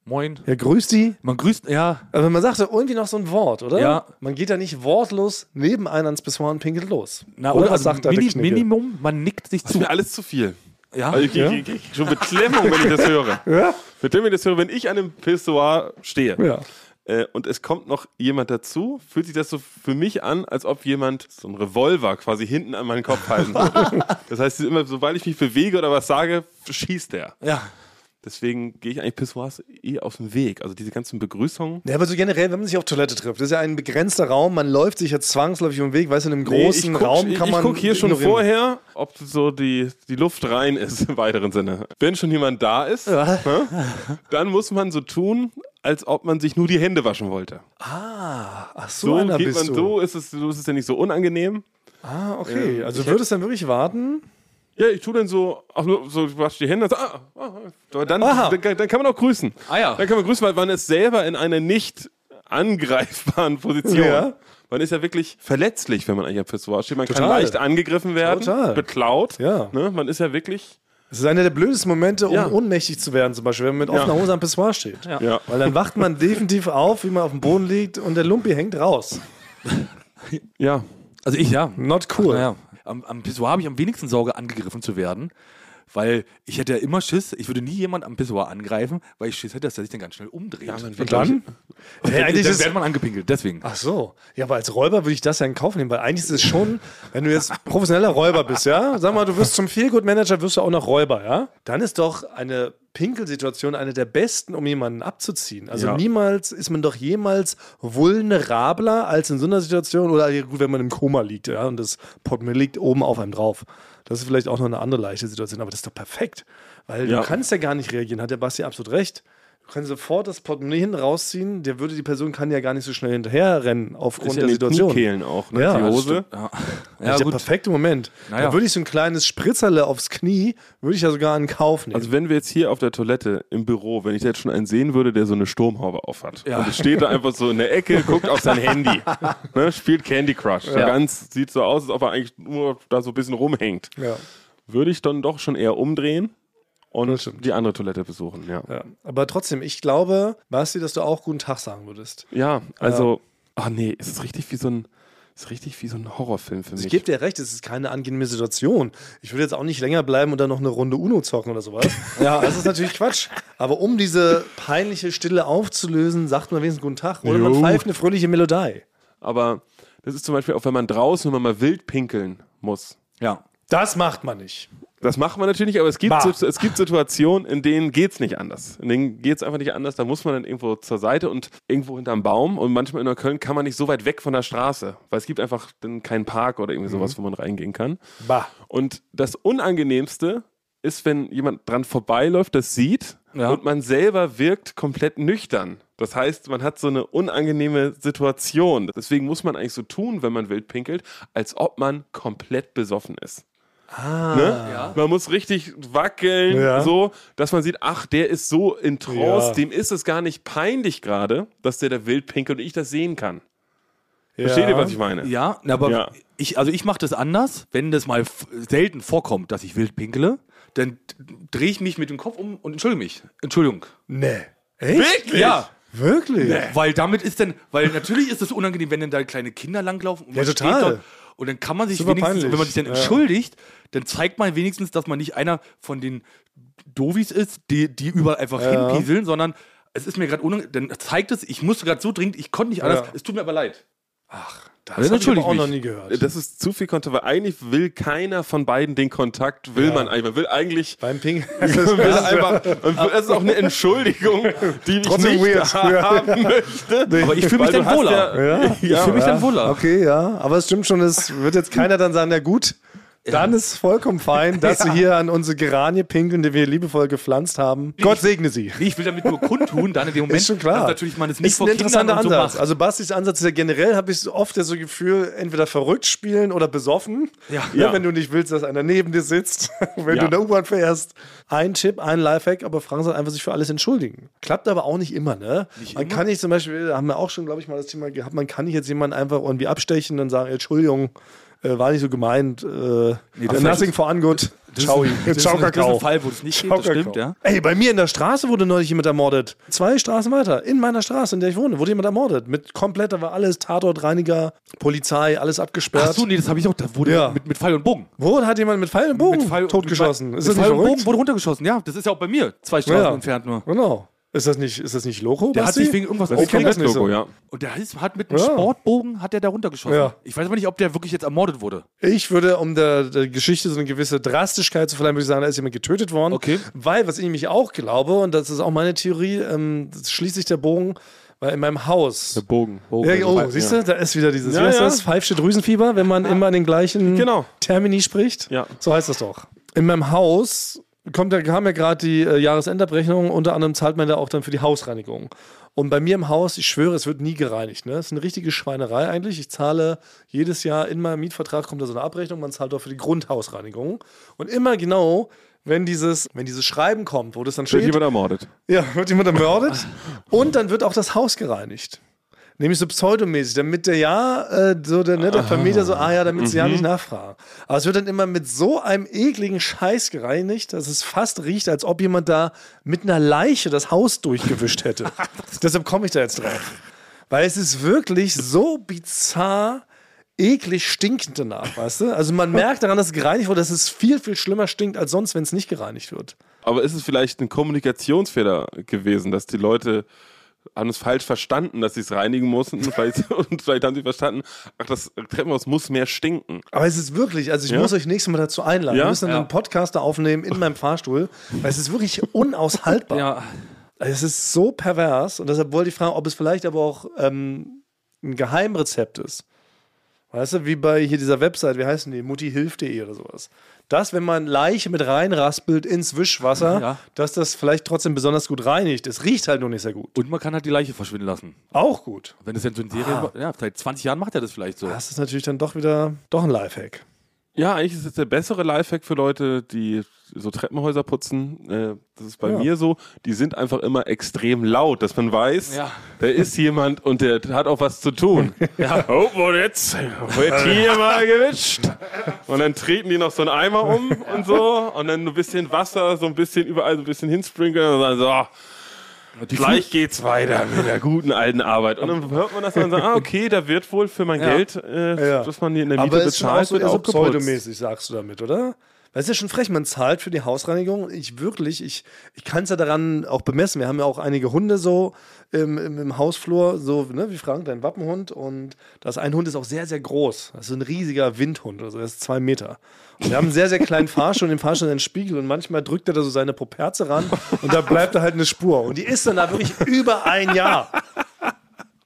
D: moin.
C: Ja, grüß die.
D: Man grüßt, ja,
C: Aber man sagt ja irgendwie noch so ein Wort, oder?
D: Ja.
C: Man geht ja nicht wortlos neben einen ans Pissoir und pinkelt los. oder was
D: also
C: sagt da
D: Mini-
C: der Knigge?
D: Minimum, man nickt sich
E: Das ist
D: zu.
E: mir alles zu viel.
D: Ja.
E: Also ich, ich, ich, ich schon Beklemmung, wenn ich das höre. Ja? Beklemmung, wenn ich das höre, wenn ich an einem Pissoir stehe.
C: Ja.
E: Äh, und es kommt noch jemand dazu, fühlt sich das so für mich an, als ob jemand so einen Revolver quasi hinten an meinen Kopf halten würde. das heißt, immer, sobald ich mich bewege oder was sage, schießt er.
D: Ja.
E: Deswegen gehe ich eigentlich Pissoirs eh aus dem Weg. Also diese ganzen Begrüßungen.
C: Ja, aber so generell, wenn man sich auf Toilette trifft, das ist ja ein begrenzter Raum, man läuft sich ja zwangsläufig um den Weg, weißt du, in einem großen
E: Nee, ich guck-
C: Raum kann
E: ich,
C: man.
E: Ich gucke hier schon
C: ignorieren.
E: vorher, ob so die, die Luft rein ist im weiteren Sinne. Wenn schon jemand da ist, hä, dann muss man so tun, als ob man sich nur die Hände waschen wollte.
C: Ach, so,
E: So
C: einer
E: geht
C: bist
E: man
C: du.
E: so, ist es, so ist es ja nicht so unangenehm.
C: Ah, okay. also würdest du dann wirklich warten?
E: Ja, ich tue dann so, ach, nur so ich wasche die Hände. So, ah, ah, ah. dann,
C: Aha.
E: dann, dann kann man auch grüßen.
D: Ah ja.
E: Dann kann man grüßen, weil man ist selber in einer nicht angreifbaren Position.
C: Ja.
E: Man ist ja wirklich verletzlich, wenn man eigentlich am Pissoir steht. Man kann
C: Total.
E: leicht angegriffen werden,
C: Total.
E: beklaut.
C: Ja.
E: Ne? Man ist ja wirklich
C: Das ist einer der blödesten Momente, um
E: Ja.
C: ohnmächtig zu werden, zum Beispiel, wenn man mit offener Hose am Pissoir steht.
E: Ja.
C: Weil dann wacht man definitiv auf, wie man auf dem Boden liegt und der Lumpi hängt raus.
E: Ja.
D: Also ich, ja.
C: Not cool.
D: Naja, am, am Pissoir habe ich am wenigsten Sorge, angegriffen zu werden, weil ich hätte ja immer Schiss, ich würde nie jemand am Pissoir angreifen, weil ich Schiss hätte, dass er sich dann ganz schnell umdreht. Ja,
E: man
D: man
E: wird
D: wird
E: dann-
C: Hey, eigentlich
D: dann
C: ist- Ah.
D: wird man angepinkelt, deswegen.
C: Ach so. Ja, aber als Räuber würde ich das ja in Kauf nehmen, weil eigentlich ist es schon, wenn du jetzt professioneller Räuber bist, ja? Sag mal, du wirst zum Feelgood-Manager, wirst du auch noch Räuber, ja? Dann ist doch eine Pinkelsituation eine der besten, um jemanden abzuziehen. Also
E: Ja.
C: niemals ist man doch jemals vulnerabler als in so einer Situation oder ja, gut, wenn man im Koma liegt, ja? Und das Portemonnaie liegt oben auf einem drauf. Das ist vielleicht auch noch eine andere leichte Situation, aber das ist doch perfekt. Weil
E: Ja.
C: du kannst ja gar nicht reagieren, hat der Basti absolut recht. Du kannst sofort das Portemonnaie hinten rausziehen, der würde, die Person kann ja gar nicht so schnell hinterherrennen aufgrund
E: Ist ja
C: der
E: in den
C: Situation.
E: Kniekehlen auch, ne?
C: Ja,
E: die
C: das
E: Hose.
D: Ja,
C: das
D: ja
C: ist der
D: gut.
C: perfekte Moment.
D: Naja.
C: Da würde ich so ein kleines Spritzerle aufs Knie, würde ich ja sogar in Kauf nehmen.
E: Also wenn wir jetzt hier auf der Toilette im Büro, wenn ich da jetzt schon einen sehen würde, der so eine Sturmhaube aufhat.
D: Ja.
E: Und es steht da einfach so in der Ecke, guckt auf sein Handy. Ne, spielt Candy Crush. So Ganz sieht so aus, als ob er eigentlich nur da so ein bisschen rumhängt.
C: ja.
E: Würde ich dann doch schon eher umdrehen
C: Das
E: und
C: stimmt.
E: die andere Toilette besuchen. Ja, ja.
C: Ja. Aber trotzdem, ich glaube, Basti, dass du auch guten Tag sagen würdest.
E: also Ah nee, es ist richtig wie so ein, es ist richtig wie so ein Horrorfilm für mich.
C: Also Ich gebe dir recht, es ist keine angenehme Situation. Ich würde jetzt auch nicht länger bleiben und dann noch eine Runde Uno zocken oder sowas. ja, das ist natürlich Quatsch. Aber um diese peinliche Stille aufzulösen, sagt man wenigstens guten Tag. Oder man
E: Jo.
C: pfeift eine fröhliche Melodie.
E: Aber das ist zum Beispiel auch, wenn man draußen, wenn man mal wild pinkeln muss.
D: Ja.
C: Das macht man nicht.
E: Das macht man natürlich nicht, aber es gibt,
C: Bah.
E: Sit- es gibt Situationen, in denen geht's nicht anders. In denen geht's einfach nicht anders. Da muss man dann irgendwo zur Seite und irgendwo hinterm Baum. Und manchmal in Neukölln kann man nicht so weit weg von der Straße, weil es gibt einfach dann keinen Park oder irgendwie sowas, wo man reingehen kann.
C: Bah.
E: Und das Unangenehmste ist, wenn jemand dran vorbeiläuft, das sieht
D: Ja.
E: und man selber wirkt komplett nüchtern. Das heißt, man hat so eine unangenehme Situation. Deswegen muss man eigentlich so tun, wenn man wild pinkelt, als ob man komplett besoffen ist. Ne? Man muss richtig wackeln,
C: Ja.
E: so, dass man sieht, ach, der ist so in Trance,
C: Ja.
E: dem ist es gar nicht peinlich gerade, dass der da wild pinkelt und ich das sehen kann. Versteht ihr, was ich meine?
D: Ja, na, aber
E: Ja.
D: ich, also ich mache das anders, wenn das mal f- selten vorkommt, dass ich wild pinkele, dann drehe ich mich mit dem Kopf um und entschuldige mich. Entschuldigung.
C: Nee. Echt?
D: Ja.
C: Wirklich?
D: Weil damit ist dann, weil natürlich ist es unangenehm, wenn dann da kleine Kinder langlaufen und
C: Ja,
D: man steht
C: total.
D: dort und dann kann man sich
C: Super
D: wenigstens,
C: peinlich.
D: wenn man sich dann
C: Ja.
D: entschuldigt, dann zeigt man wenigstens, dass man nicht einer von den Dovis ist, die, die überall einfach hinpieseln, sondern es ist mir gerade unangenehm, dann zeigt es, ich musste gerade so dringend, ich konnte nicht anders,
C: Ja.
D: es tut mir aber leid. Ach,
C: Das
D: das
C: habe ich aber
D: natürlich
C: auch noch
D: nicht.
C: nie gehört.
E: Das ist zu viel Kontakt, weil eigentlich will keiner von beiden den Kontakt, will man eigentlich. Man will eigentlich.
C: Beim Ping.
E: Man will einfach, man will- das ist auch eine Entschuldigung, die ich
C: Trotzdem
E: nicht
C: weird.
E: haben möchte.
D: Aber ich fühle mich
E: Weil du
D: dann
E: hast
D: wohler.
E: Ja, ja,
D: Ich fühle mich
E: ja.
D: dann wohler.
C: Okay, ja. Aber es stimmt schon, es wird jetzt keiner dann sagen, na gut, dann ist es vollkommen fein, dass sie hier an unsere Geranie pinkeln, die wir liebevoll gepflanzt haben. Gott segne sie.
D: Nee, ich will damit nur kundtun, dann in dem Moment,
C: ist schon klar.
D: dass natürlich man es nicht
C: ist
D: vor
C: ein
D: Kindern
C: interessanter
D: und so
C: Ansatz.
D: macht.
C: also Bastis Ansatz ist ja generell, habe ich so oft ja so Gefühl, entweder verrückt spielen oder besoffen.
D: Ja.
E: Ja.
C: Wenn du nicht willst, dass einer neben dir sitzt, wenn du
E: Ja.
C: in der U-Bahn fährst. Ein Tipp, ein Lifehack, aber Frank soll einfach sich für alles entschuldigen. Klappt aber auch nicht immer, ne? man kann nicht zum Beispiel, haben wir auch schon, glaube ich, mal das Thema gehabt, man kann nicht jetzt jemanden einfach irgendwie abstechen und sagen, Entschuldigung, äh, war nicht so gemeint. Äh, nothing for ungood. Ciao.
D: das ist,
C: Ciao,
D: ein- das ist
C: Kakao.
D: ein Fall, wo es nicht geht,
C: Ciao,
D: das stimmt,
C: Kakao.
D: ja.
C: Ey, bei mir in der Straße wurde neulich jemand ermordet. Zwei Straßen weiter, in meiner Straße, in der ich wohne, wurde jemand ermordet. Mit komplett, da war alles Tatortreiniger, Polizei, alles abgesperrt.
D: Ach so, nee, das habe ich auch, das wurde
C: Ja.
D: mit, mit Pfeil und Bogen.
C: Wo hat jemand mit Pfeil und Bogen
D: Mit Pfeil,
C: totgeschossen?
D: Mit,
C: ist
D: mit
C: das
D: Pfeil
C: nicht
D: und Bogen
C: verrückt?
D: wurde runtergeschossen, ja. Das ist ja auch bei mir, zwei Straßen
C: Ja.
D: entfernt nur.
C: Genau. Ist das nicht, ist das nicht Loco?
D: Der hat
C: Basti?
D: sich wegen irgendwas
E: Das ist
C: kenn das nicht
E: komplett
C: so.
E: Logo, ja.
D: Und der ist, hat mit einem
C: Ja.
D: Sportbogen, hat der da runtergeschossen.
C: Ja.
D: Ich weiß aber nicht, ob der wirklich jetzt ermordet wurde.
C: Ich würde, um der, der Geschichte so eine gewisse Drastigkeit zu verleihen, würde ich sagen, da ist jemand getötet worden.
D: Okay.
C: Weil, was ich nämlich auch glaube, und das ist auch meine Theorie, ähm, das schließt sich der Bogen, weil in meinem Haus.
E: Bogen.
C: Ja, oh, siehst du, da ist wieder dieses,
E: Ja,
C: wie heißt
E: ja.
C: das? Pfeifsche Drüsenfieber, wenn man immer in den gleichen
E: Genau.
C: Termini spricht.
E: Ja.
C: So heißt das doch. In meinem Haus kommt, da kam ja gerade die äh, Jahresendabrechnung, unter anderem zahlt man da auch dann für die Hausreinigung. Und bei mir im Haus, ich schwöre, es wird nie gereinigt. Ne? Das ist eine richtige Schweinerei eigentlich. Ich zahle jedes Jahr in meinem Mietvertrag kommt da so eine Abrechnung, man zahlt doch für die Grundhausreinigung. Und immer genau, wenn dieses, wenn dieses Schreiben kommt, wo das dann
E: Wird
C: steht,
E: jemand ermordet.
C: ja, wird jemand ermordet und dann wird auch das Haus gereinigt. Nämlich so pseudomäßig, damit der ja, äh, so der, ne, der Vermieter so, ah ja, damit sie ja nicht nachfragen. Aber es wird dann immer mit so einem ekligen Scheiß gereinigt, dass es fast riecht, als ob jemand da mit einer Leiche das Haus durchgewischt hätte. Deshalb komme ich da jetzt drauf. Weil es ist wirklich so bizarr eklig stinkend danach, weißt du? Also man merkt daran, dass es gereinigt wurde, dass es viel, viel schlimmer stinkt als sonst, wenn es nicht gereinigt wird.
E: Aber ist es vielleicht ein Kommunikationsfehler gewesen, dass die Leute haben es falsch verstanden, dass sie es reinigen mussten und vielleicht, und vielleicht haben sie verstanden, ach, das Treppenhaus muss mehr stinken.
C: Aber es ist wirklich, also ich muss euch nächstes Mal dazu einladen.
E: Ja?
C: Wir müssen dann
D: Ja.
C: einen Podcast da aufnehmen in meinem Fahrstuhl, weil es ist wirklich unaushaltbar. Also
D: Ja.
C: Es ist so pervers und deshalb wollte ich fragen, ob es vielleicht aber auch ähm, ein Geheimrezept ist. Weißt du, wie bei hier dieser Website, wie heißen die? Muttihilf.de oder sowas. Dass, wenn man Leiche mit reinraspelt ins Wischwasser,
D: Ja.
C: dass das vielleicht trotzdem besonders gut reinigt. Es riecht halt nur nicht sehr gut.
D: Und man kann halt die Leiche verschwinden lassen.
C: Auch gut.
D: Wenn es denn so ein Serie
C: Ah.
D: ja, seit 20 Jahren macht er das vielleicht so.
C: Das ist natürlich dann doch wieder doch ein Lifehack.
E: Ja, eigentlich ist es der bessere Lifehack für Leute, die so Treppenhäuser putzen. Äh, Das ist bei mir so. Die sind einfach immer extrem laut, dass man weiß,
D: Ja.
E: da ist jemand und der hat auch was zu tun. Oh, und jetzt wird hier mal gewischt. Und dann treten die noch so einen Eimer um und so. Und dann ein bisschen Wasser, so ein bisschen überall so ein bisschen hinsprinkeln. Und dann so, oh, Gleich geht's weiter mit der guten alten Arbeit. Und dann hört man das und sagt, ah, okay, da wird wohl für mein Geld, äh,
C: Ja.
E: das man hier in der Miete
C: Aber es ist schon auch
E: bezahlt,
C: so
E: wird
C: eher so
E: auch geputzt.
C: pseudomäßig, sagst du damit, oder? Das ist ja schon frech, man zahlt für die Hausreinigung. Ich wirklich, ich, ich kann es ja daran auch bemessen. Wir haben ja auch einige Hunde so im, im, im Hausflur, so ne, wie Frank, dein Wappenhund. Und das ein Hund ist auch sehr, sehr groß. Das ist so ein riesiger Windhund, also er ist zwei Meter. Und wir haben einen sehr, sehr kleinen Fahrstuhl, den Fahrstuhl in den Spiegel und manchmal drückt er da so seine Properze ran und da bleibt da halt eine Spur. Und die ist dann da wirklich über ein Jahr.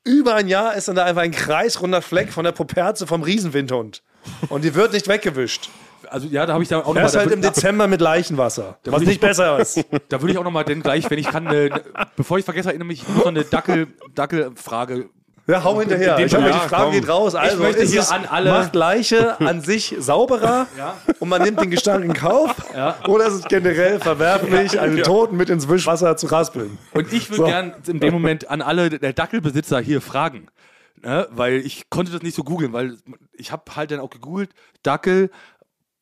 C: Über ein Jahr ist dann da einfach ein kreisrunder Fleck von der Properze vom Riesenwindhund. Und die wird nicht weggewischt.
D: Also ja, da habe ich da auch noch
C: Er ist
D: mal,
C: halt
D: da,
C: im Dezember mit Leichenwasser. Was
D: würd ich-
C: nicht besser ist.
D: da würde ich auch noch mal denn gleich, wenn ich kann, äh, bevor ich vergesse, erinnere mich ich muss noch eine Dackel Dackelfrage.
C: Ja, hau hinterher. Ich hab
E: Ja,
C: mir die Frage
E: komm.
C: geht raus. Also,
D: möchte
C: ist
D: hier
C: es-
D: an alle-
C: Macht Leiche an sich sauberer und man nimmt den Gestank in Kauf? Oder ist es generell verwerflich, einen Toten mit ins Wischwasser zu raspeln?
D: Und ich würde
C: So.
D: gern in dem Moment an alle der Dackelbesitzer hier fragen, ne? weil ich konnte das nicht so googeln, weil ich habe halt dann auch gegoogelt Dackel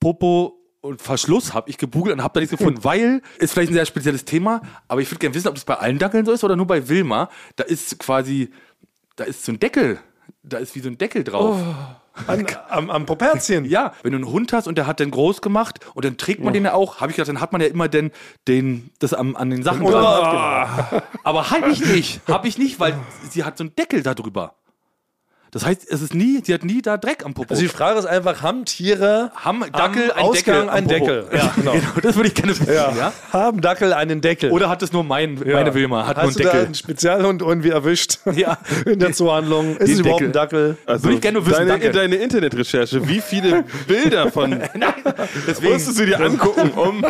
D: Popo und Verschluss habe ich gegoogelt und habe da nichts gefunden, weil ist vielleicht ein sehr spezielles Thema, aber ich würde gerne wissen, ob das bei allen Dackeln so ist oder nur bei Wilma. Da ist quasi, da ist so ein Deckel, da ist wie so ein Deckel drauf.
C: An, am, am Properzchen.
D: Ja, wenn du einen Hund hast und der hat den groß gemacht und dann trägt man den ja auch, habe ich gedacht, dann hat man ja immer den, den das am, an den Sachen dran. Aber habe ich nicht, habe ich nicht, weil sie hat so einen Deckel da drüber. Das heißt, es ist nie, sie hat nie da Dreck am Popo.
C: Also die Frage ist einfach, haben Tiere
D: haben Dackel
C: am Ausgang
D: einen
C: einen
D: Deckel?
C: Deckel? Ja, genau.
D: das würde ich gerne wissen. Ja.
C: Haben Dackel einen Deckel?
D: Oder hat es nur mein, meine Wilma, hat
C: Hast du da
D: nur einen
C: einen
D: Deckel?
C: Spezialhund irgendwie erwischt?
D: Ja.
C: In der Zuhandlung. Ist
D: Den
C: es überhaupt ein
D: Deckel.
C: Dackel?
E: Also,
D: Würde ich gerne nur wissen,
E: deine,
D: danke.
E: deine Internetrecherche, wie viele Bilder von
D: Deswegen,
E: musstest du dir angucken, um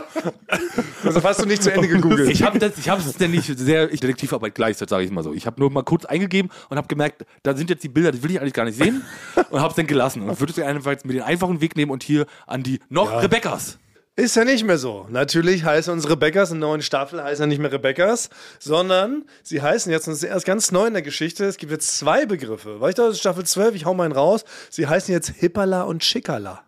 C: Also hast du nicht zu Ende gegoogelt.
D: Ich habe das, ich habe es denn nicht sehr ich Detektivarbeit geleistet, sage ich mal so. Ich habe nur mal kurz eingegeben und habe gemerkt, da sind jetzt die Bilder, die will ich eigentlich gar nicht sehen und habe es dann gelassen und würde es einfach mit den einfachen Weg nehmen und hier an die noch Rebekkas.
C: Ist ja nicht mehr so. Natürlich heißen unsere Bäckers in der neuen Staffel heißen ja nicht mehr Rebecca's, sondern sie heißen jetzt, und das ist erst ganz neu in der Geschichte, es gibt jetzt zwei Begriffe. Weil ich dachte, das ist Staffel 12, ich hau meinen raus. Sie heißen jetzt Hippala und Schickala.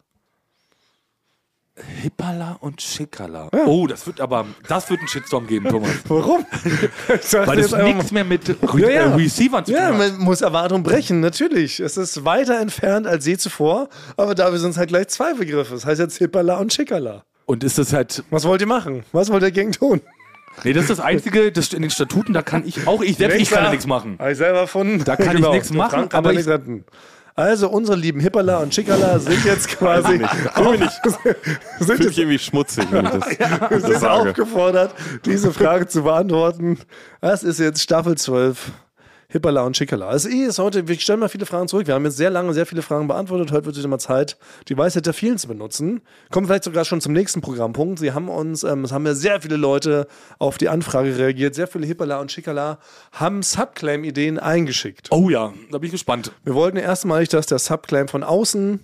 D: Hippala und Schickala. Oh, das wird aber, das wird einen Shitstorm geben, Thomas.
C: Warum?
D: Weil das nichts mehr mit Re
C: Ja, ja.
D: Äh, Receivern zu tun
C: Ja,
D: hat.
C: man muss Erwartungen brechen, natürlich. Es ist weiter entfernt als je zuvor, aber dafür sind es halt gleich zwei Begriffe. Das heißt jetzt Hippala und Schickala.
D: Und ist das halt,
C: Was wollt ihr machen? Was wollt ihr gegen tun?
D: nee, das ist das Einzige, das in den Statuten, da kann ich auch, ich selbst, ich kann da nichts machen.
C: Habe ich selber erfunden. Genau.
D: Da kann ich nichts machen,
C: Frank kann
D: aber
C: da
D: ich-
C: nichts retten. Also unsere lieben Hippala und Schickala sind jetzt quasi sind
E: fühle ich
C: jetzt
E: irgendwie schmutzig, wenn ich das, das,
C: sind
E: sage.
C: aufgefordert, diese Frage zu beantworten. Das ist jetzt Staffel 12. Hippala und Schickala. Es ist heute, wir stellen mal viele Fragen zurück. Wir haben jetzt sehr lange sehr viele Fragen beantwortet. Heute wird wieder mal Zeit, die Weisheit der vielen zu benutzen. Kommen vielleicht sogar schon zum nächsten Programmpunkt. Sie haben uns, ähm, es haben ja sehr viele Leute auf die Anfrage reagiert. Sehr viele Hippala und Schickala haben Subclaim-Ideen eingeschickt.
D: Oh ja, da bin ich gespannt.
C: Wir wollten erstmalig, dass der Subclaim von außen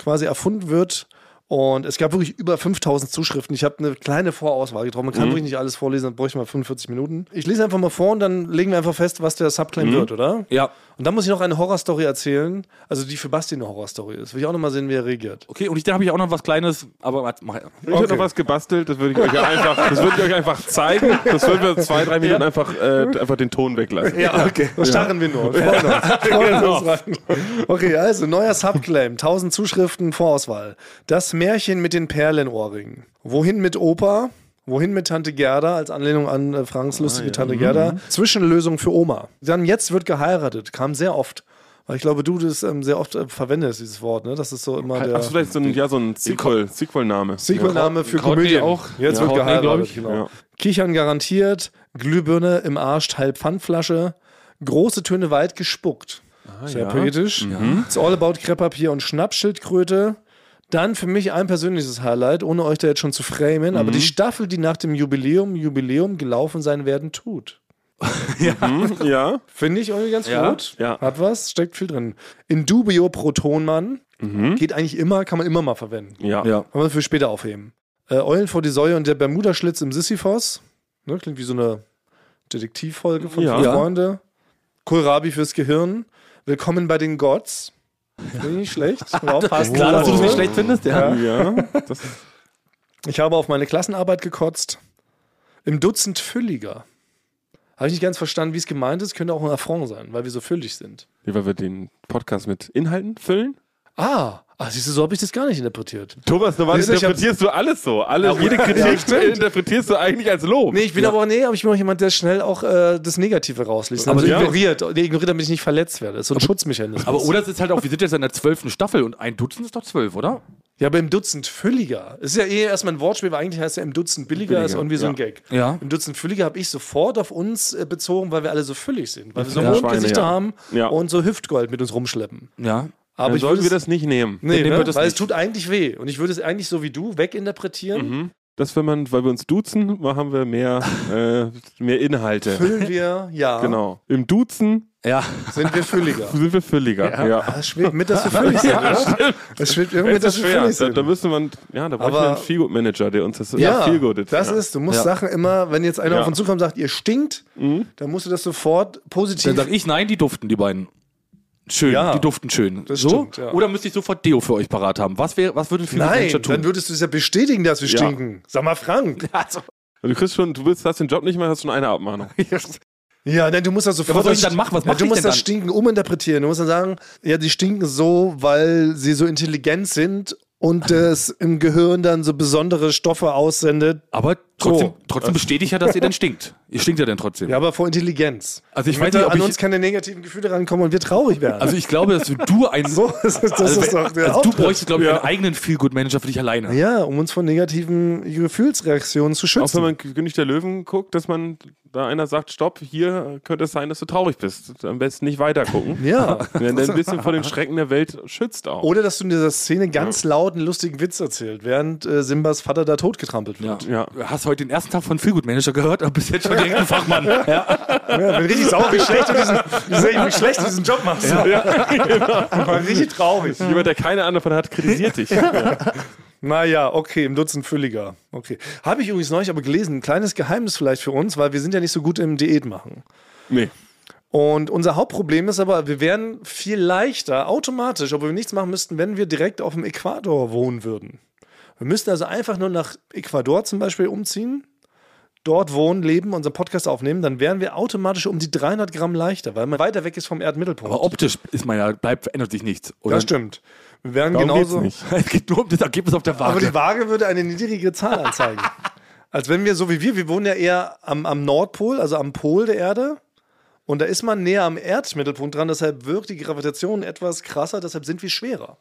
C: quasi erfunden wird. Und es gab wirklich über 5000 Zuschriften. Ich habe eine kleine Vorauswahl getroffen. Man kann wirklich nicht alles vorlesen, dann bräuchte ich mal 45 Minuten. Ich lese einfach mal vor und dann legen wir einfach fest, was der Subclaim wird, oder?
D: Ja.
C: Und dann muss ich noch eine Horrorstory erzählen, also die für Basti eine Horrorstory ist. Will ich auch noch mal sehen, wie er reagiert.
D: Okay, und ich, dann habe ich auch noch was Kleines, aber warte, mach
E: Ich habe noch was gebastelt, das würde ich euch einfach, das würde ich euch einfach zeigen. Das würden wir zwei, drei Minuten einfach, äh, einfach den Ton weglassen.
C: Ja, okay. genau. So starren wir nur. und freuen uns. Freuen uns rein. Okay, also neuer Subclaim. 1000 Zuschriften, Vorauswahl. Das Märchen mit den Perlenohrringen. Wohin mit Opa? Wohin mit Tante Gerda als Anlehnung an äh, Franks lustige Tante Gerda? Zwischenlösung für Oma. Dann jetzt wird geheiratet. Kam sehr oft. Weil ich glaube, du das ähm, sehr oft äh, verwendest, dieses Wort. Ne? Das ist so immer der
E: Hast du vielleicht so ein, ja, so ein Sequel, Sequel-Name?
C: Sequel-Name für
D: Courtney
C: Komödie.
D: auch.
C: Jetzt
D: Ja,
C: wird
D: Courtney, glaub
C: geheiratet.
D: ich.
C: Genau.
E: Ja.
C: Kichern garantiert, Glühbirne im Arsch, halb Pfandflasche, große Töne weit gespuckt.
D: Ah,
C: Sehr poetisch.
D: Mhm.
C: It's all about Krepppapier und Schnappschildkröte. Dann für mich ein persönliches Highlight, ohne euch da jetzt schon zu framen, aber
D: Mhm.
C: die Staffel, die nach dem Jubiläum, Jubiläum gelaufen sein werden, tut.
E: Hm? Ja.
C: Finde ich irgendwie ganz gut.
E: ja.
C: Hat was, steckt viel drin. In dubio pro Tonmann.
D: Mhm.
C: Geht eigentlich immer, kann man immer mal verwenden.
E: Ja.
C: Wollen wir für später aufheben. Äh, Eulen vor die Säue und der Bermudaschlitz im Sisyphos. Ne, klingt wie so eine Detektivfolge von
E: Ja.
C: Vier
E: Ja.
C: Freunde. Kohlrabi fürs Gehirn. Willkommen bei den Gods. Finde ich nicht schlecht. War auch fast
D: Klar, dass du das
C: Klasse.
D: nicht schlecht findest, ja.
E: Ja. Das,
C: Ich habe auf meine Klassenarbeit gekotzt. Im Dutzend Fülliger. Habe ich nicht ganz verstanden, wie es gemeint ist. Könnte auch ein Affront sein, weil wir so füllig sind.
E: Wie weil wir den Podcast mit Inhalten füllen?
C: Ah, ah siehst du, so habe ich das gar nicht interpretiert.
E: Thomas, normal
C: Siehst du, ich
E: interpretierst du alles so. Alle, jede Kritik interpretierst du eigentlich als Lob.
C: Nee, ich bin aber auch, nee, aber ich bin auch jemand, der schnell auch äh, das Negative rausliest. Also
E: ja.
C: ignoriert. Nee, ignoriert, damit ich nicht verletzt werde. Das ist so ein Schutzmechanismus.
D: Aber oder es ist halt auch, wir sind jetzt in der zwölften Staffel und ein Dutzend ist doch zwölf, oder?
C: ja, aber im Dutzend fülliger. Es ist ja eh erstmal ein Wortspiel, weil eigentlich heißt ja im Dutzend billiger, ist
E: Billiger,
C: irgendwie so ein
E: ja.
C: Gag.
D: Ja.
C: Im Dutzend fülliger habe ich sofort auf uns äh, bezogen, weil wir alle so füllig sind. Weil wir so
E: Ja,
C: hohe
E: Schweine,
C: Gesichter
E: ja.
C: haben
E: Ja.
C: und so Hüftgold mit uns rumschleppen.
D: Ja.
C: Aber
E: Dann
C: ich
E: sollten
C: würde
E: wir
C: es-
E: das nicht nehmen.
C: Nee,
D: Dann nehmen
C: ne?
D: wir das
C: weil es
D: nicht.
C: tut eigentlich weh. Und ich würde es eigentlich so wie du weginterpretieren.
E: Das, wenn man, weil wir uns duzen, mal haben wir mehr, äh, mehr Inhalte.
C: Füllen wir, ja,
E: Genau. Im Duzen
D: Ja.
C: sind wir fülliger.
E: sind wir fülliger. Ja.
C: Das schwebt mit, dass wir füllig sind, oder? Das schwebt irgendwie mit, dass wir
E: schwer.
C: füllig
E: Da,
C: sind.
E: da müsste man, ja, da braucht
C: Aber-
E: man einen feelgood manager der uns das feelgoodet.
C: das
E: ja.
C: ist, du musst Sachen immer, wenn jetzt einer
E: Ja.
C: auf uns zukommt und sagt, ihr stinkt, dann musst du das sofort positiv.
D: Mhm. Dann sag ich, nein, die duften, die beiden. Schön,
C: Ja.
D: die duften schön.
C: Das
D: so?
C: stimmt, ja.
D: Oder müsste ich sofort Deo für euch parat haben? Was, wäre, was würde ein Feelgood
C: Nein,
D: Manager
C: dann
D: tun?
C: würdest du es ja bestätigen, dass wir
E: Ja.
C: stinken. Sag mal, Frank.
D: Also,
E: Du kriegst schon, du willst, hast den Job nicht mehr, hast schon eine Abmahnung.
C: Ja, denn du musst das sofort.
D: was soll ich dann machen? Was
C: ja,
D: mach
C: du
D: ich
C: musst
D: denn
C: das
D: dann?
C: Stinken uminterpretieren. Du musst dann sagen, ja, die stinken so, weil sie so intelligent sind und
D: Ah.
C: es im Gehirn dann so besondere Stoffe aussendet.
D: aber trotzdem,
C: So.
D: trotzdem bestätigt ja, dass ihr dann stinkt. Ihr stinkt ja dann trotzdem.
C: Ja, aber vor Intelligenz.
D: Also ich
C: Damit
D: weiß nicht, ob
C: an
D: ich-
C: uns keine negativen Gefühle rankommen und wir traurig werden.
D: Also ich glaube, dass du einen.
C: so, das ist, das ist doch der
D: also du
C: Hauptgrund.
D: bräuchtest, glaube ich, einen eigenen Feelgood Manager für dich alleine.
C: Ja, um uns von negativen Gefühlsreaktionen zu
E: Auch wenn
C: schützen.
E: man König der Löwen guckt, dass man da einer sagt, stopp, hier könnte es sein, dass du traurig bist. Am besten nicht weitergucken.
C: Ja.
E: Wenn der ein bisschen vor den Schrecken der Welt schützt auch.
C: Oder dass du in dieser Szene ganz laut einen lustigen Witz erzählt, während äh, Simbas Vater da totgetrampelt wird.
E: Ja.
D: Du hast heute den ersten Tag von Feelgood Manager gehört, aber bist jetzt schon direkt ein Fachmann. Ja.
C: Ja. ich bin richtig sauer, wie schlecht du diesen, wie schlecht du diesen Job machst. Ja. Ich war richtig traurig.
E: Jemand, der keine Ahnung davon hat, kritisiert dich. Ja.
C: Naja, okay, im Dutzend fülliger. Okay. Habe ich übrigens neulich aber gelesen, ein kleines Geheimnis vielleicht für uns, weil wir sind ja nicht so gut im Diät machen.
E: nee.
C: Und unser Hauptproblem ist aber, wir wären viel leichter automatisch, obwohl wir nichts machen müssten, wenn wir direkt auf dem Äquator wohnen würden. Wir müssten also einfach nur nach Ecuador zum Beispiel umziehen, dort wohnen, leben, unseren Podcast aufnehmen, dann wären wir automatisch um die 300 Gramm leichter, weil man weiter weg ist vom Erdmittelpunkt.
D: Aber optisch ist man ja, bleibt, ändert sich nichts. Oder?
C: das stimmt. Wir wären
E: Darum
C: genauso.
E: geht's nicht.
D: Es geht nur um das Ergebnis auf der
C: Aber
D: Waage.
C: die Waage würde eine niedrigere Zahl anzeigen. Als wenn wir, so wie wir, wir wohnen ja eher am, am Nordpol, also am Pol der Erde. Und da ist man näher am Erdmittelpunkt dran, deshalb wirkt die Gravitation etwas krasser, deshalb sind wir schwerer.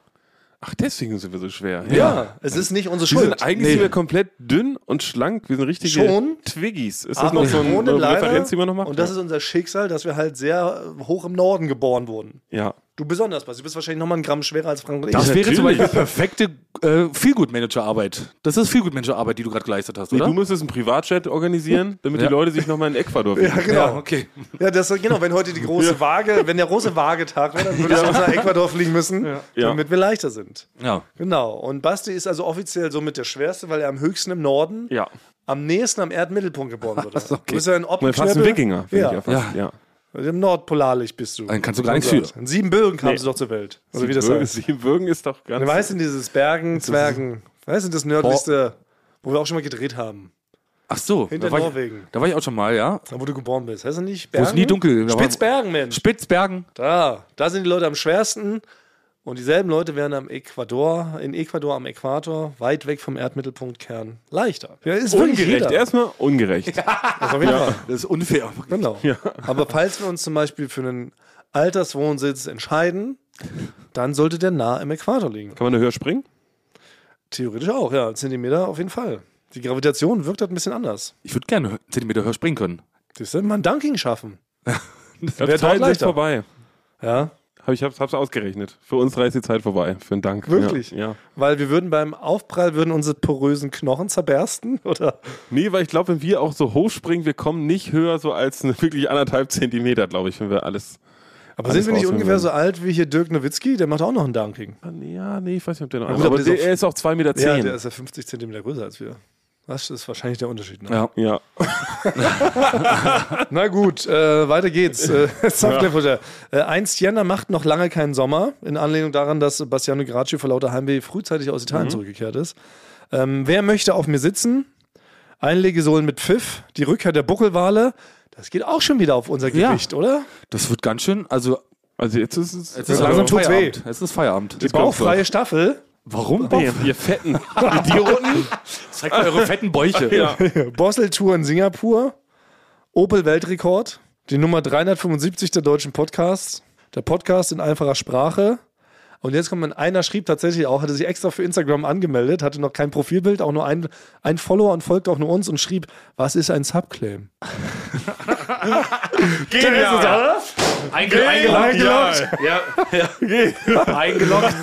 E: Ach, deswegen sind wir so schwer.
C: Ja, es ist nicht unsere
E: Wir sind
C: Schuld.
E: eigentlich sind wir komplett dünn und schlank. Wir sind richtige
C: Schon?
E: Twiggies. Ist das
C: aber
E: noch so ein,
C: ohne
E: eine
C: leider,
E: Referenz, die man noch macht?
C: Und das ist unser Schicksal, dass wir halt sehr äh, hoch im Norden geboren wurden.
E: ja.
C: Du besonders, Basti. Du bist wahrscheinlich nochmal einen Gramm schwerer als Frank und ich.
D: das wäre zum
E: natürlich.
D: Beispiel perfekte äh, Feelgood Manager Arbeit. Das ist Feelgood Manager Arbeit, die du gerade geleistet hast,
E: Nee,
D: oder?
E: du müsstest einen Privatjet organisieren, damit
D: Ja.
E: die Leute sich nochmal in Ecuador
C: ja,
E: finden.
C: genau.
D: ja, okay.
C: Ja, das, genau, wenn heute die große Waage, wenn der große Waagetag wäre, dann würdest du uns nach Ecuador fliegen müssen,
E: Ja.
C: damit wir leichter sind.
D: Ja.
C: Genau. Und Basti ist also offiziell somit der schwerste, weil er am höchsten im Norden,
E: Ja.
C: am nächsten am Erdmittelpunkt geboren wurde.
D: Ach, okay.
C: Du bist ja ein
E: Man fast ein Wikinger, finde
C: Ja.
E: ich ja fast. Ja.
C: Im Nordpolarlicht bist du. Also,
D: Dann kannst du gar nichts für.
C: In Siebenbürgen kamst du doch zur Welt. Also wie das
E: Siebenbürgen-
C: heißt.
E: Siebenbürgen ist doch ganz.
C: Du weißt denn dieses Bergen, Zwergen, weißt du das nördlichste, wo wir auch schon mal gedreht haben,
D: Ach so.
C: Hinter
D: da war
C: Norwegen.
D: Ich, da war ich auch schon mal, ja.
C: da wo du geboren bist. Heißt das nicht
D: Wo
C: Bergen?
D: es nie dunkel da war.
C: Spitzbergen, Mensch.
D: Spitzbergen.
C: Da, da sind die Leute am schwersten. Und dieselben Leute wären am Äquator, in Ecuador am Äquator, weit weg vom Erdmittelpunktkern, leichter. Ja, ist wirklich
E: Ungerecht,
C: jeder.
E: erstmal ungerecht.
C: Das auf jeden Fall.
D: Das ist unfair.
C: Genau. Aber falls wir uns zum Beispiel für einen Alterswohnsitz entscheiden, dann sollte der nah im Äquator liegen.
E: Kann man da höher springen?
C: Theoretisch auch, ja. Zentimeter auf jeden Fall. Die Gravitation wirkt halt ein bisschen anders.
D: Ich würde gerne einen Zentimeter höher springen können.
C: Das sollte man Dunking schaffen.
E: Ja,
C: Wäre
E: Zeit
C: dort
E: ist
C: leichter.
E: vorbei.
C: Ja.
E: Hab ich hab's, hab's ausgerechnet. Für uns reißt die Zeit vorbei. Für einen Dank.
C: Wirklich?
E: Ja. ja.
C: Weil wir würden beim Aufprall würden unsere porösen Knochen zerbersten oder
E: Nee, weil ich glaube, wenn wir auch so hoch springen, wir kommen nicht höher so als eine, wirklich anderthalb Zentimeter, glaube ich, wenn wir alles.
C: Aber sind
E: Alles
C: wir nicht
E: rausnehmen
C: ungefähr
E: werden.
C: so alt wie hier Dirk Nowitzki? Der macht auch noch ein Dunking.
E: Ja, Ah, nee, ich weiß nicht, ob der noch.
C: gut,
E: aber
C: aber der
E: der,
C: ist auch-
E: er ist auch 2,10 Meter.
C: Ja,
E: Zehn.
C: der ist ja 50 Zentimeter größer als wir. Das ist wahrscheinlich der Unterschied. Ne?
D: Ja.
E: ja.
C: Na gut, äh, weiter geht's. Äh, Softclap Hotel. Äh, 1 Jänner macht noch lange keinen Sommer, in Anlehnung daran, dass Bastiano Graccio vor lauter Heimweh frühzeitig aus
E: Mhm.
C: Italien zurückgekehrt ist. Ähm, wer möchte auf mir sitzen? Einlegesohlen mit Pfiff, die Rückkehr der Buckelwale, Das geht auch schon wieder auf unser Gewicht, oder?
D: Das wird ganz schön, also
E: Also jetzt ist es.
D: es ist
C: langsam
D: langsam
C: tut's
D: Feierabend. Es ist Feierabend.
C: Die bauchfreie Staffel.
D: Warum
E: ihr Fetten.
D: Idioten? Zeigt mal eure fetten Bäuche.
E: ja.
C: Bossel-Tour in Singapur. Opel-Weltrekord. Die Nummer 375 der deutschen Podcasts. Der Podcast in einfacher Sprache. Und jetzt kommt man, einer schrieb tatsächlich auch, hatte sich extra für Instagram angemeldet, hatte noch kein Profilbild, auch nur ein, ein Follower und folgte auch nur uns und schrieb, was ist ein Subclaim?
D: Genial. Einge eingeloggt.
C: Eingeloggt.
D: Ja. Ja. Eingeloggt.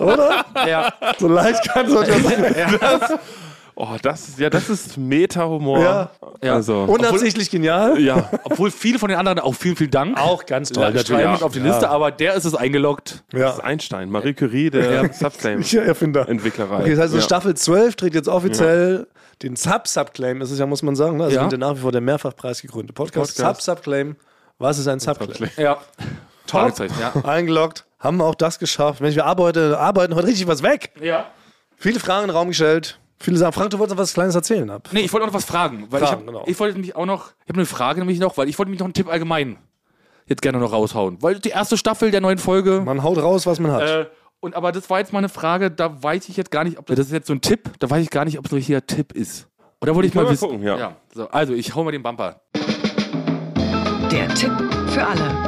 C: Oder?
D: Ja.
C: So leicht kann so etwas sein.
E: Oh, das ist, ja, das ist Meta-Humor.
C: Ja.
E: ja. Also.
C: Unabsichtlich genial.
E: Ja.
D: Obwohl viele von den anderen auch vielen, vielen Dank.
C: Auch ganz toll.
D: Da schreiben uns
C: natürlich.
D: auf die Liste, aber der ist es eingeloggt.
E: Das ist Einstein, Marie Curie, der Subclaim.
C: Ja, Erfinder.
E: Entwicklerei.
C: Okay, das heißt, so
E: Ja.
C: Staffel 12 trägt jetzt offiziell den Sub-Sub-Claim, ist es ja, muss man sagen. Ne? Also
D: Ja.
C: ja. nach wie vor der mehrfach preisgekrönte Podcast.
E: Podcast.
C: Sub-Sub-Claim. Was ist ein Sub-Claim?
D: Ja.
C: Top.
D: Fragezeichen, ja.
C: Eingeloggt. Haben wir auch das geschafft. Mensch, wir arbeiten, arbeiten heute richtig was weg.
D: Ja.
C: Viele Fragen in den Raum gestellt. Viele sagen, Frank, du wolltest noch was Kleines erzählen. Ab.
D: Nee, ich wollte auch noch was fragen. Weil
C: Fragen,
D: ich, hab,
C: genau.
D: ich wollte nämlich auch noch, ich habe eine Frage nämlich noch, weil ich wollte nämlich noch einen Tipp allgemein jetzt gerne noch raushauen. Weil die erste Staffel der neuen Folge.
C: Man haut raus, was man hat.
D: Äh, und aber das war jetzt mal eine Frage, da weiß ich jetzt gar nicht, ob das ist jetzt so ein Tipp, da weiß ich gar nicht, ob es ein richtiger Tipp ist. Oder wollte ich
E: Können
D: mal
E: wir
D: wissen.
E: gucken, ja.
D: so, also, ich hau mal den Bumper.
H: Der Tipp für alle.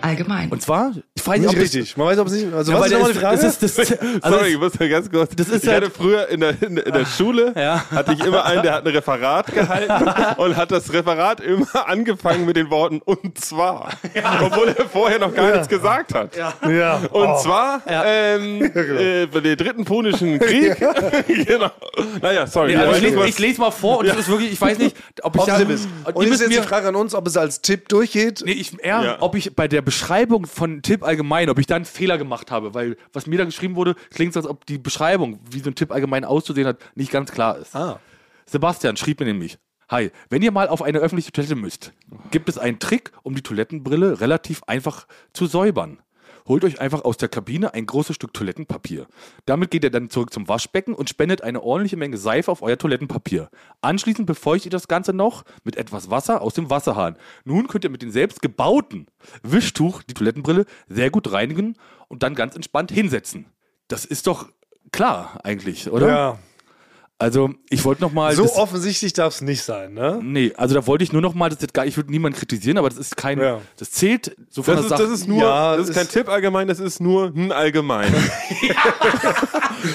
H: Allgemein.
D: Und zwar, ich weiß
C: nicht
D: ob das-
C: richtig. Man weiß, ob es nicht. Also,
D: Ja,
C: was ist
D: weil
C: nochmal die
D: der
C: Frage?
D: ist- das ist- das- also
E: Sorry, ich muss da ganz kurz. Das
D: ist
E: ich
D: halt-
E: hatte früher in der, in, der- in
C: Ah.
E: der Schule, hatte ich immer einen, der hat ein Referat gehalten und hat das Referat immer angefangen mit den Worten und zwar. Obwohl er vorher noch gar nichts gesagt hat.
C: ja.
E: Und zwar ähm, äh, bei den dritten punischen Krieg. genau. Naja, sorry.
D: also ich,
E: Ich
D: lese,
E: weiß
D: ich lese mal vor und das ist wirklich, ich weiß nicht, ob ich
C: Ob
D: da,
C: es ist.
D: Und
C: Und
D: ihr
C: jetzt
D: müsst
C: ist
D: mir,
C: die Frage an uns, ob es als Tipp durchgeht.
D: nee, ich, eher,
E: Ja.
D: ob ich bei der Beschreibung von Tipp allgemein, ob ich da einen Fehler gemacht habe, weil was mir da geschrieben wurde, klingt so, als ob die Beschreibung, wie so ein Tipp allgemein auszusehen hat, nicht ganz klar ist.
C: Ah.
D: Sebastian schrieb mir nämlich, Hi, wenn ihr mal auf eine öffentliche Toilette müsst, gibt es einen Trick, um die Toilettenbrille relativ einfach zu säubern. Holt euch einfach aus der Kabine ein großes Stück Toilettenpapier. Damit geht ihr dann zurück zum Waschbecken und spendet eine ordentliche Menge Seife auf euer Toilettenpapier. Anschließend befeuchtet ihr das Ganze noch mit etwas Wasser aus dem Wasserhahn. Nun könnt ihr mit dem selbst gebauten Wischtuch die Toilettenbrille sehr gut reinigen und dann ganz entspannt hinsetzen. Das ist doch klar eigentlich, oder?
C: Ja.
D: Also, ich wollte noch mal
C: So
D: das-
C: offensichtlich darf es nicht sein, ne?
D: Nee, also da wollte ich nur noch mal, das ist gar, ich würde niemanden kritisieren, aber das ist kein,
C: Ja.
D: das zählt so von
E: Das ist,
D: der
E: das
D: Sache.
E: ist nur,
C: Ja,
E: das ist
C: das-
E: kein Tipp allgemein, das ist nur ein allgemein.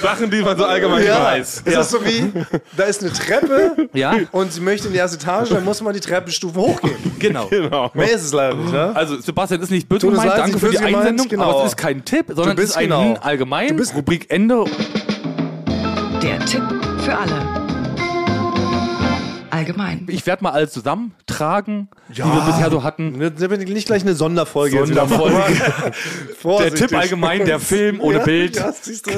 E: Sachen, die man so allgemein weiß.
C: Ist das so wie, da ist eine Treppe
D: Ja.
C: und sie möchte in die erste Etage, dann muss man die Treppenstufen hochgehen.
D: genau.
E: Genau.
C: Mehr ist es leider nicht, ne?
D: Also Sebastian ist nicht böse
C: Tut uns
D: gemeint,
C: leid,
D: danke
C: nicht
D: für die
C: böse gemeint,
D: Einsendung,
C: genau.
D: aber es ist kein Tipp, sondern es
C: bist
D: ist ein
C: genau.
D: allgemein,
C: Du bist-
D: Rubrik Ende.
H: Der Tipp für alle. Allgemein.
D: Ich werde mal alles zusammentragen, die wir bisher so hatten.
C: Da bin ich nicht gleich eine Sonderfolge. jetzt wieder.
D: Sonderfolge. der
C: Vorsichtig.
D: Tipp allgemein, der Film ohne
C: ja,
D: Bild.
C: Ja, siehst du,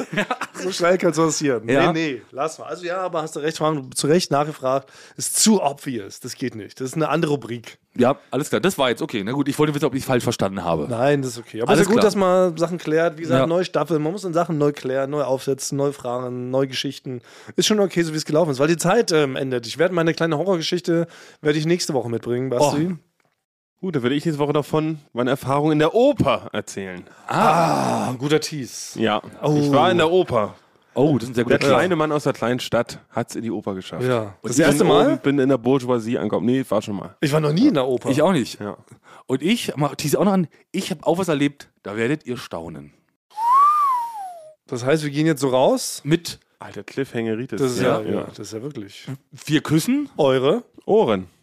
C: so schnell kann es passieren.
D: Ja.
C: Nee, nee, lass mal. Also ja, aber hast du recht, Frank, zu Recht nachgefragt. Ist zu obvious, das geht nicht. Das ist eine andere Rubrik.
D: Ja, alles klar, das war jetzt okay. Na gut, ich wollte wissen, ob ich es falsch verstanden habe.
C: Nein, das ist okay. Aber es
D: Alles
C: ist ja gut,
D: klar.
C: dass man Sachen klärt. Wie gesagt,
D: Ja.
C: neue Staffel. Man muss dann Sachen neu klären, neu aufsetzen, neue Fragen, neue Geschichten. Ist schon okay, so wie es gelaufen ist, weil die Zeit ähm, endet. Ich werde meine kleine Horrorgeschichte werde ich nächste Woche mitbringen,
D: Oh.
C: Basti.
E: Gut, dann werde ich nächste Woche davon meine Erfahrung in der Oper erzählen.
C: Ah, guter Tease.
E: Ja. Ich war in der Oper.
D: Oh, das ist ein sehr
E: Der
D: guter Tipp.
E: kleine Mann aus der kleinen Stadt hat es in die Oper geschafft.
C: Ja.
E: Und
C: Das
E: ich
C: erste
E: bin
C: Mal?
E: oben, bin in der Bourgeoisie angekommen. Nee, war schon mal.
C: Ich war noch nie in der Oper.
D: Ich auch nicht.
E: Ja.
D: Und ich, mach diese auch noch an, ich habe auch was erlebt, da werdet ihr staunen.
C: Das heißt, wir gehen jetzt so raus.
D: Mit
E: Alter, Cliffhangeritis.
C: Das ist ja,
E: ja.
C: das ist ja wirklich.
D: vier Küssen
C: Eure
E: Ohren.